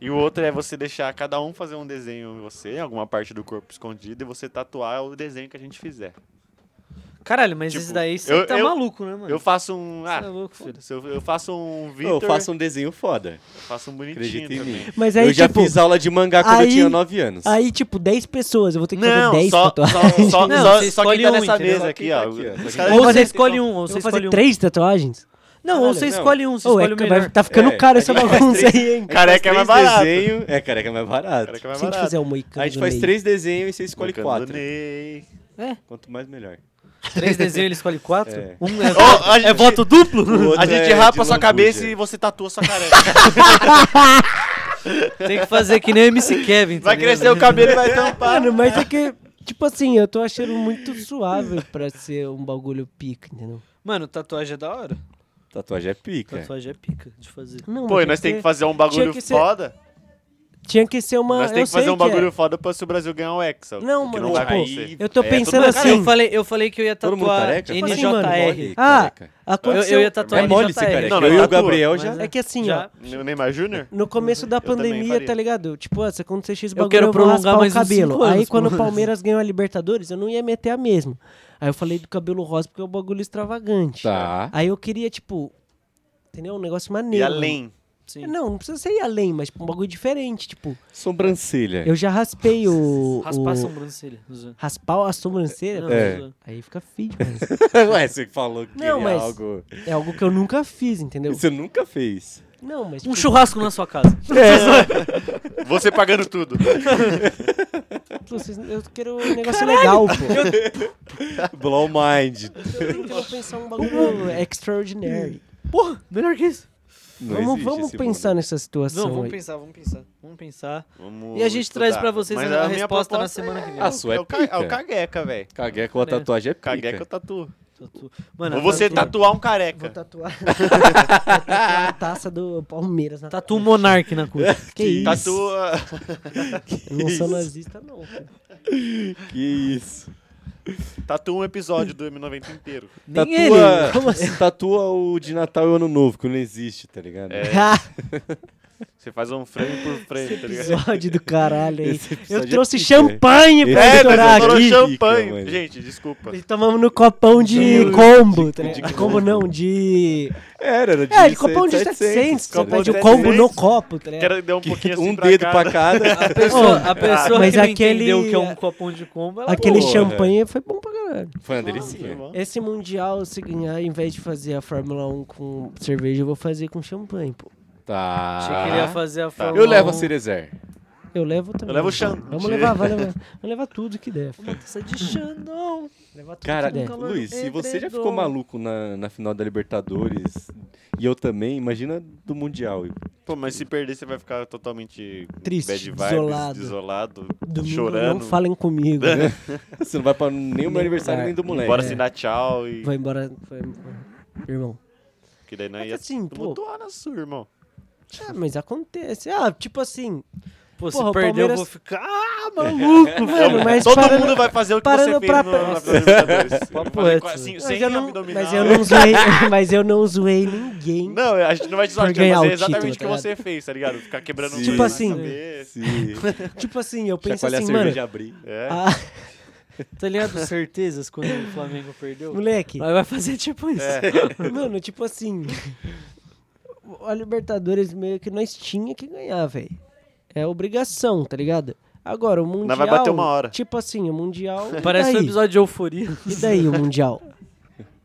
Speaker 4: e o outro é você deixar cada um fazer um desenho em você, em alguma parte do corpo escondida, e você tatuar o desenho que a gente fizer.
Speaker 1: Caralho, mas
Speaker 4: Tipo,
Speaker 1: esse daí você
Speaker 4: eu-
Speaker 1: tá
Speaker 4: eu-
Speaker 1: maluco, né, mano?
Speaker 4: Eu faço um.
Speaker 1: Você
Speaker 4: Ah,
Speaker 1: é louco, filho.
Speaker 4: foda-se, eu, eu faço um Vitor,
Speaker 2: Eu faço um desenho foda.
Speaker 4: faço um bonitinho
Speaker 2: Acredita em
Speaker 4: também.
Speaker 2: mim.
Speaker 3: mas aí,
Speaker 2: Eu já
Speaker 3: tipo,
Speaker 2: fiz aula de mangá quando eu
Speaker 3: aí-
Speaker 2: tinha 9 anos.
Speaker 3: aí, tipo, 10 pessoas. Eu vou ter que
Speaker 4: Não,
Speaker 3: fazer 10
Speaker 4: só,
Speaker 3: tatuagens.
Speaker 4: só, só,
Speaker 1: Não,
Speaker 4: só,
Speaker 1: você
Speaker 4: só quem tá
Speaker 1: escolhe um,
Speaker 4: nessa
Speaker 1: entendeu?
Speaker 4: mesa aqui, ó.
Speaker 2: Só quem tá aqui, ó. Só
Speaker 4: Os caras-
Speaker 1: Ou você
Speaker 3: fazer-
Speaker 1: escolhe um, ou
Speaker 3: Eu
Speaker 1: você
Speaker 3: vou fazer
Speaker 1: escolhe um.
Speaker 3: 3 tatuagens?
Speaker 1: Não, ou
Speaker 2: Caralho,
Speaker 1: você
Speaker 2: não.
Speaker 1: escolhe um, você
Speaker 3: Ou é,
Speaker 1: escolhe o
Speaker 3: que
Speaker 1: melhor.
Speaker 3: vai, tá ficando
Speaker 2: É,
Speaker 3: caro
Speaker 2: a
Speaker 3: essa
Speaker 2: gente faz
Speaker 3: bagunça aí, hein?
Speaker 2: A gente
Speaker 4: Careca é
Speaker 2: faz
Speaker 4: mais
Speaker 2: três
Speaker 4: barato.
Speaker 2: Desenho... É, careca é mais barato.
Speaker 4: Cara, que vai
Speaker 3: Se a gente
Speaker 4: barato.
Speaker 3: fizer o moicano
Speaker 2: A gente
Speaker 3: do
Speaker 2: faz
Speaker 3: meio.
Speaker 2: três desenhos e você escolhe
Speaker 4: Tocando
Speaker 2: quatro.
Speaker 4: Ney.
Speaker 2: Quanto mais, melhor.
Speaker 1: Três desenhos, ele escolhe quatro?
Speaker 2: É.
Speaker 1: Um é,
Speaker 4: Ó, a
Speaker 1: é
Speaker 4: gente-
Speaker 1: voto duplo?
Speaker 2: O outro
Speaker 4: A gente
Speaker 2: é
Speaker 4: rapa
Speaker 2: de
Speaker 4: a sua
Speaker 2: lambuja.
Speaker 4: cabeça e você tatua a sua careca.
Speaker 1: Tem que fazer que nem o MC Kevin. tá
Speaker 4: Vai
Speaker 1: ligado?
Speaker 4: crescer o cabelo e vai tampar.
Speaker 3: Mano, mas é que, tipo assim, eu tô achando muito suave pra ser um bagulho pica, entendeu?
Speaker 1: Mano, tatuagem é da hora.
Speaker 2: Tatuagem é pica.
Speaker 1: Tatuagem é pica de fazer.
Speaker 3: Não,
Speaker 4: Pô,
Speaker 3: mas
Speaker 4: e nós
Speaker 3: é
Speaker 4: temos que fazer um bagulho
Speaker 3: tinha que ser-
Speaker 4: foda.
Speaker 3: Tinha que ser uma.
Speaker 4: Nós temos
Speaker 3: eu
Speaker 4: que fazer
Speaker 3: sei
Speaker 4: um bagulho
Speaker 3: é.
Speaker 4: foda pra se o Brasil ganhar o Hexa.
Speaker 3: Não,
Speaker 4: que
Speaker 3: mano,
Speaker 4: não vai
Speaker 3: tipo,
Speaker 4: acontecer.
Speaker 3: eu tô
Speaker 4: É,
Speaker 3: pensando
Speaker 4: todo mundo-
Speaker 1: Cara,
Speaker 3: assim.
Speaker 1: eu falei, eu falei que eu ia
Speaker 2: Todo mundo
Speaker 1: tatuar
Speaker 2: careca?
Speaker 3: Tipo assim, mano,
Speaker 1: NJR.
Speaker 3: Ah,
Speaker 2: Careca.
Speaker 1: Eu,
Speaker 3: aconteceu.
Speaker 1: eu ia tatuar
Speaker 2: É mole esse
Speaker 1: NJR.
Speaker 2: careca.
Speaker 4: tá Não, não,
Speaker 2: eu e o
Speaker 4: tatua,
Speaker 2: Gabriel
Speaker 1: mas
Speaker 2: já...
Speaker 3: É que assim, ó.
Speaker 1: Já-
Speaker 4: O Neymar Júnior?
Speaker 3: No começo da
Speaker 4: Eu também
Speaker 3: pandemia,
Speaker 4: faria.
Speaker 3: tá ligado? Tipo, ah, se acontecer esse
Speaker 1: Eu
Speaker 3: bagulho,
Speaker 1: quero
Speaker 3: eu vou
Speaker 1: prolongar
Speaker 3: raspar o
Speaker 1: mais uns
Speaker 3: cabelo.
Speaker 1: cinco
Speaker 3: Aí
Speaker 1: anos,
Speaker 3: quando o
Speaker 1: pô.
Speaker 3: Palmeiras ganhou a Libertadores, eu não ia meter a mesma. Aí eu falei do cabelo rosa porque é um bagulho extravagante.
Speaker 2: Tá.
Speaker 3: Aí eu queria, tipo, entendeu? Um negócio
Speaker 4: E
Speaker 3: maneiro.
Speaker 4: além.
Speaker 1: Sim.
Speaker 3: Não, não precisa ser ir além, mas tipo, um bagulho diferente, tipo.
Speaker 2: Sobrancelha.
Speaker 4: É.
Speaker 3: Eu já raspei o.
Speaker 1: Raspar
Speaker 3: o-
Speaker 1: a sobrancelha. Zoando.
Speaker 3: Raspar a sobrancelha?
Speaker 1: Não,
Speaker 2: É.
Speaker 1: zoando.
Speaker 3: Aí fica feio, mano.
Speaker 2: Ué, você falou é assim que
Speaker 3: Não,
Speaker 2: queria
Speaker 3: mas-
Speaker 2: algo...
Speaker 3: É algo que eu nunca fiz, entendeu?
Speaker 2: Você nunca fez.
Speaker 3: Não, mas.
Speaker 1: Um
Speaker 3: Tipo,
Speaker 1: churrasco na sua casa.
Speaker 4: Você pagando tudo.
Speaker 3: vocês- eu quero um negócio legal, pô.
Speaker 2: Blow mind.
Speaker 3: Eu quero pensar um bagulho extraordinário.
Speaker 1: Porra, melhor que isso.
Speaker 2: Não
Speaker 3: Vamos,
Speaker 2: existe
Speaker 3: vamos
Speaker 2: esse
Speaker 3: pensar
Speaker 2: mundo.
Speaker 3: nessa situação.
Speaker 1: Não, vamos
Speaker 3: aí.
Speaker 1: pensar, vamos pensar. Vamos pensar.
Speaker 4: Vamos
Speaker 1: E a gente traz
Speaker 4: estudar.
Speaker 1: pra vocês
Speaker 4: Mas minha
Speaker 1: a, resposta na
Speaker 4: proposta
Speaker 1: semana que vem.
Speaker 2: A sua
Speaker 4: É
Speaker 2: é
Speaker 4: o, ca... é o
Speaker 2: pica.
Speaker 4: cagueca, velho.
Speaker 2: Cagueca com a tatuagem é pica.
Speaker 4: Cagueca eu tatuo.
Speaker 1: Tatu. Mano,
Speaker 4: Ou você
Speaker 1: tatu...
Speaker 4: tatuar um
Speaker 3: Vou
Speaker 4: careca.
Speaker 3: tatuar. Vou tatuar a taça do Palmeiras na
Speaker 1: Tatu Monark na cor.
Speaker 3: Que isso?
Speaker 4: Tá Tatua.
Speaker 3: Eu não sou
Speaker 2: isso?
Speaker 3: nazista, não. cara.
Speaker 2: Que isso.
Speaker 4: Tatua um episódio do M90 inteiro.
Speaker 1: Nem
Speaker 2: tatua...
Speaker 1: ele.
Speaker 3: Como assim?
Speaker 2: Tatua o de Natal e o Ano Novo, que não existe, tá ligado?
Speaker 4: É.
Speaker 3: Ah,
Speaker 4: Você faz um frame por frame, tá ligado?
Speaker 3: Episódio do caralho aí.
Speaker 2: Esse episódio
Speaker 3: Eu
Speaker 2: é
Speaker 3: trouxe
Speaker 2: pica,
Speaker 3: champanhe pra
Speaker 2: Esse
Speaker 4: É,
Speaker 3: estourar
Speaker 4: nós falou
Speaker 3: aqui.
Speaker 2: episódio-
Speaker 4: champanhe.
Speaker 2: Fica, mano.
Speaker 4: Gente, desculpa.
Speaker 3: E tomamos no copão de
Speaker 2: De-
Speaker 3: combo. tá
Speaker 2: de-
Speaker 3: ligado?
Speaker 2: de-
Speaker 3: combo não, de.
Speaker 2: Era, era de
Speaker 3: É, de copão de
Speaker 2: 700,
Speaker 3: 700. Você
Speaker 2: copão
Speaker 3: pede
Speaker 2: de
Speaker 3: o combo
Speaker 4: 700.
Speaker 3: no copo, tá ligado?
Speaker 4: um Quero dar um pouquinho assim
Speaker 2: Um dedo pra cada.
Speaker 1: A pessoa, a pessoa
Speaker 3: mas
Speaker 1: que não
Speaker 3: aquele-
Speaker 1: entendeu que é um copão de combo, ela
Speaker 3: Aquele
Speaker 2: Porra.
Speaker 3: champanhe
Speaker 4: é.
Speaker 3: foi bom pra caralho.
Speaker 2: Foi uma
Speaker 4: Foi
Speaker 2: delicinha.
Speaker 4: bom.
Speaker 3: Esse mundial, se ganhar, ao invés de fazer a Fórmula 1 com cerveja, eu vou fazer com champanhe, pô.
Speaker 2: Tá.
Speaker 1: Achei que ele ia fazer a forma. um-
Speaker 2: Eu
Speaker 3: um-
Speaker 2: levo a Cerezer.
Speaker 3: Eu levo também.
Speaker 4: Eu levo o
Speaker 3: então.
Speaker 4: champ-
Speaker 3: Vamos levar, vai levar. Vamos levar tudo que der. filho.
Speaker 1: Essa de Xandão.
Speaker 3: Levar tudo
Speaker 2: Cara,
Speaker 3: que der.
Speaker 1: calor
Speaker 2: Luiz, se você já
Speaker 1: edredom.
Speaker 2: ficou maluco na, na final da Libertadores, e eu também, imagina do Mundial.
Speaker 4: Pô, mas se perder, você vai ficar totalmente
Speaker 3: Triste,
Speaker 4: bad vibes,
Speaker 3: desolado.
Speaker 4: desolado,
Speaker 3: Domingo
Speaker 4: chorando.
Speaker 3: não falem comigo. né?
Speaker 2: Você não vai pra nem o meu aniversário nem do moleque.
Speaker 4: Bora
Speaker 3: É.
Speaker 4: se dar tchau e.
Speaker 3: Vai embora. Vai... Irmão.
Speaker 4: Que daí não
Speaker 3: Mas
Speaker 4: ia
Speaker 3: assim, pô-
Speaker 4: tumultuar na sua, né, irmão.
Speaker 3: Ah, mas acontece. Ah, tipo assim,
Speaker 1: Pô, se
Speaker 3: Porra, o
Speaker 1: perder,
Speaker 3: Palmeiras-
Speaker 1: eu vou ficar. Ah, tá maluco,
Speaker 3: Mano,
Speaker 1: velho.
Speaker 3: mas
Speaker 4: É. um, Todo
Speaker 3: parando-
Speaker 4: mundo vai fazer o que você
Speaker 3: parando
Speaker 4: fez
Speaker 3: pra
Speaker 4: no,
Speaker 3: pe-
Speaker 4: na Libertadores.
Speaker 1: Papo
Speaker 4: Fazer
Speaker 1: reto.
Speaker 4: co- assim,
Speaker 1: Mas
Speaker 4: sem
Speaker 3: Mas eu, não,
Speaker 4: abdominal.
Speaker 3: mas eu não zoei, mas eu não zoei ninguém.
Speaker 4: Não, a gente não vai te zoar,
Speaker 3: Por
Speaker 4: a gente vai
Speaker 3: ganhar
Speaker 4: fazer
Speaker 3: o título,
Speaker 4: exatamente o que
Speaker 3: tá
Speaker 4: você fez, tá ligado? Ficar quebrando
Speaker 2: Sim.
Speaker 4: coisa
Speaker 2: Tipo
Speaker 4: na
Speaker 3: assim,
Speaker 4: cabeça.
Speaker 3: Tipo assim, eu penso
Speaker 2: Chacoalhar
Speaker 3: assim,
Speaker 2: a
Speaker 3: mano.
Speaker 2: cerveja abrir.
Speaker 4: É.
Speaker 3: ah,
Speaker 1: Tá ligado? Certezas quando o Flamengo perdeu.
Speaker 3: moleque,
Speaker 1: Mas vai fazer tipo isso.
Speaker 4: É.
Speaker 3: mano, tipo assim. A Libertadores meio que nós tinha que ganhar, velho. É obrigação, tá ligado? Agora, o Mundial.
Speaker 4: Nós vai bater uma hora.
Speaker 3: Tipo assim, o Mundial. e
Speaker 1: Parece um
Speaker 3: daí?
Speaker 1: episódio de euforia.
Speaker 3: E daí o Mundial?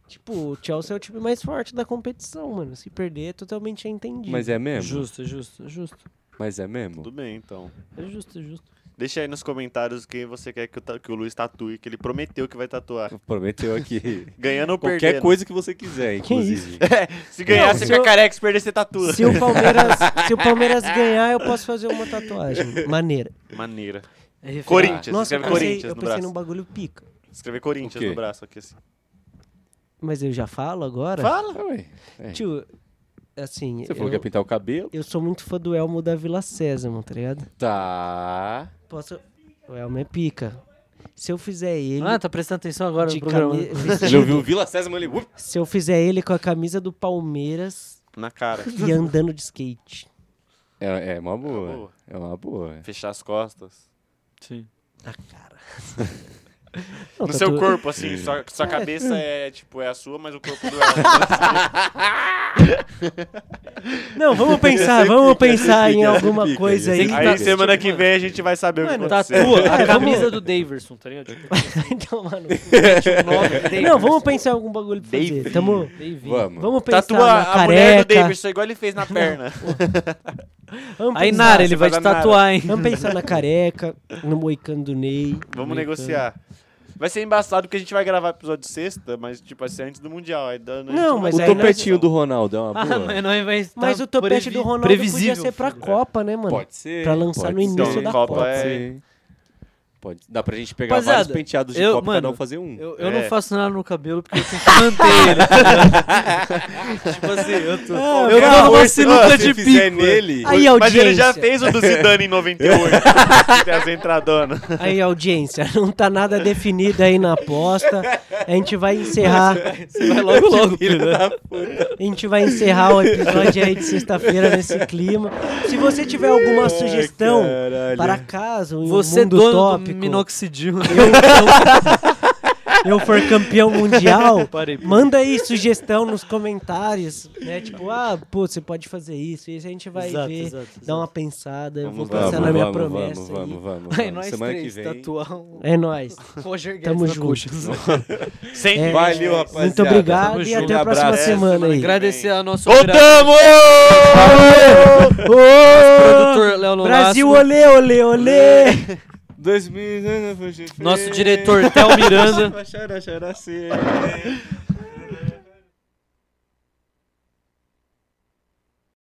Speaker 3: tipo, o Chelsea é o time mais forte da competição, mano. Se perder é totalmente entendido.
Speaker 2: Mas é mesmo?
Speaker 1: Justo, justo, justo.
Speaker 2: Mas é mesmo?
Speaker 4: Tudo bem, então.
Speaker 1: É justo, é justo.
Speaker 4: Deixa aí nos comentários quem você quer que o, ta- que o Luiz tatue, que ele prometeu que vai tatuar.
Speaker 2: Prometeu aqui.
Speaker 4: Ganhando ou
Speaker 2: Qualquer
Speaker 4: perdendo.
Speaker 2: coisa que você quiser, inclusive.
Speaker 4: Se ganhar,
Speaker 3: Não,
Speaker 4: você
Speaker 3: se
Speaker 4: fica
Speaker 3: eu-
Speaker 4: careca, se perder, você tatua.
Speaker 3: Se o, Palmeiras, se o Palmeiras ganhar, eu posso fazer uma tatuagem. Maneira.
Speaker 4: Maneira.
Speaker 1: É
Speaker 4: Corinthians. Você
Speaker 3: Nossa, eu
Speaker 4: escreve
Speaker 3: pensei,
Speaker 4: Corinthians
Speaker 3: eu
Speaker 4: no
Speaker 3: pensei
Speaker 4: braço.
Speaker 3: num bagulho pica.
Speaker 4: Escrever Corinthians
Speaker 2: O quê?
Speaker 4: no braço aqui, assim.
Speaker 3: Mas eu já falo agora?
Speaker 4: Fala.
Speaker 2: Ah, ué. É.
Speaker 3: Tio, assim,
Speaker 2: Você falou que é
Speaker 3: eu,
Speaker 2: ia pintar o cabelo?
Speaker 3: eu sou muito fã do Elmo da Vila Sésamo, tá ligado?
Speaker 2: Tá.
Speaker 3: Posso... O Elmo é pica. Se eu fizer ele...
Speaker 1: Ah, tá prestando atenção agora
Speaker 3: de
Speaker 1: no programa. né?
Speaker 3: cami-
Speaker 2: Já ouviu o Vila Sésamo ali? Uf,
Speaker 3: Se eu fizer ele com a camisa do Palmeiras
Speaker 4: Na cara.
Speaker 3: e andando de skate.
Speaker 2: É, é uma boa.
Speaker 4: Tá boa.
Speaker 2: É uma boa.
Speaker 4: Fechar as costas.
Speaker 1: Sim.
Speaker 3: Na cara. Não,
Speaker 4: No
Speaker 3: tatu-
Speaker 4: seu corpo, assim. Sua, sua cabeça é, tipo, é a sua, mas o corpo do Elmo.
Speaker 3: Não, vamos pensar, vamos pensar em
Speaker 2: pica,
Speaker 3: alguma
Speaker 2: pica,
Speaker 3: coisa
Speaker 2: esse
Speaker 3: aí.
Speaker 2: pica.
Speaker 4: Aí
Speaker 2: Tá,
Speaker 4: semana
Speaker 1: tipo,
Speaker 4: que vem a gente vai saber o
Speaker 3: Mano,
Speaker 4: que aconteceu.
Speaker 1: Tatua
Speaker 3: É,
Speaker 1: Tá a camisa
Speaker 3: vamos-
Speaker 1: do Daverson, tá ligado? Tipo,
Speaker 3: então, mano.
Speaker 1: o nome Daverson.
Speaker 3: Não, vamos pensar em algum bagulho pra fazer. Tamo,
Speaker 1: Davi.
Speaker 2: Vamos.
Speaker 3: vamos pensar
Speaker 4: Tatua
Speaker 3: na
Speaker 4: a mulher do
Speaker 3: careca.
Speaker 4: Davidson, igual ele fez na perna.
Speaker 3: Vamos
Speaker 1: Aí,
Speaker 3: pensar-
Speaker 1: Nara, ele
Speaker 4: você
Speaker 1: vai
Speaker 4: vai
Speaker 1: te
Speaker 4: dar Nara.
Speaker 1: tatuar, hein?
Speaker 3: Vamos pensar na careca, no moicano do Ney.
Speaker 4: Vamos
Speaker 3: Moicano.
Speaker 4: negociar. Vai ser embaçado porque a gente vai gravar episódio sexta, mas tipo, vai ser antes do Mundial. Aí dando
Speaker 3: Não, mas
Speaker 2: O
Speaker 3: aí nós-
Speaker 2: topetinho do Ronaldo é uma
Speaker 1: Ah,
Speaker 2: boa?
Speaker 1: mas não vai
Speaker 3: Mas
Speaker 1: tá
Speaker 3: o topete
Speaker 1: previ-
Speaker 3: do Ronaldo
Speaker 1: previsível,
Speaker 3: podia ser pra
Speaker 1: filho.
Speaker 3: Copa, né, mano?
Speaker 2: Pode ser.
Speaker 3: Pra lançar
Speaker 2: pode
Speaker 3: no início
Speaker 2: ser,
Speaker 4: da
Speaker 2: Pode
Speaker 4: Copa, é.
Speaker 2: ser. Pode. Dá pra gente pegar
Speaker 1: Rapaziada,
Speaker 2: vários penteados de
Speaker 1: eu-
Speaker 2: Copa e
Speaker 1: mano,
Speaker 2: não fazer um.
Speaker 1: Eu, eu
Speaker 4: É.
Speaker 1: não faço nada no cabelo porque eu tenho que manter ele. tá ligado? tipo assim, eu tô. eu tô numa sinuca de
Speaker 2: fizer
Speaker 1: pico. velho.
Speaker 2: nele...
Speaker 3: Aí,
Speaker 4: Mas
Speaker 3: audiência.
Speaker 4: ele já fez o do Zidane em 98. que tem as entradonas.
Speaker 3: Aí, audiência. Não tá nada definido aí na aposta. A gente vai encerrar.
Speaker 1: Você vai logo, logo. filho. né?
Speaker 3: A gente vai encerrar o episódio aí de sexta-feira nesse clima. Se você tiver alguma sugestão,
Speaker 2: caralho.
Speaker 3: para caso, em
Speaker 1: Você
Speaker 3: um
Speaker 1: é
Speaker 3: mundo
Speaker 1: dono do
Speaker 3: tópico,
Speaker 1: minoxidil. né?
Speaker 3: eu for campeão mundial,
Speaker 1: Parei, pô.
Speaker 3: manda aí sugestão nos comentários, né? Tipo, ah, pô, você pode fazer isso, isso a gente vai
Speaker 1: Exato,
Speaker 3: ver,
Speaker 1: exato,
Speaker 3: dar
Speaker 1: exato.
Speaker 3: uma pensada, eu vou
Speaker 4: Vamos,
Speaker 3: pensar na
Speaker 2: vamos,
Speaker 3: minha
Speaker 2: vamos,
Speaker 3: promessa
Speaker 2: Vamos,
Speaker 3: aí.
Speaker 2: vamos, vamos.
Speaker 1: Aí
Speaker 2: vamos.
Speaker 1: nós
Speaker 2: Semana
Speaker 1: três
Speaker 2: que vem.
Speaker 1: tatuar um
Speaker 3: É nóis.
Speaker 1: Roger Guedes
Speaker 3: Tamo
Speaker 1: na
Speaker 3: junto.
Speaker 1: coxa.
Speaker 4: Sem
Speaker 3: É,
Speaker 2: Valeu, rapaziada.
Speaker 3: Muito obrigado
Speaker 1: Tamo
Speaker 3: e
Speaker 1: junto.
Speaker 3: até a próxima
Speaker 2: Um Abraço.
Speaker 3: semana aí.
Speaker 1: Agradecer a nossa
Speaker 4: Voltamos!
Speaker 1: produtor Léo Nolasco,
Speaker 3: Brasil, olê, olê, olê!
Speaker 2: 2000 anos, né, foi
Speaker 1: nosso diretor Théo Miranda.
Speaker 2: Achar, achar, assim.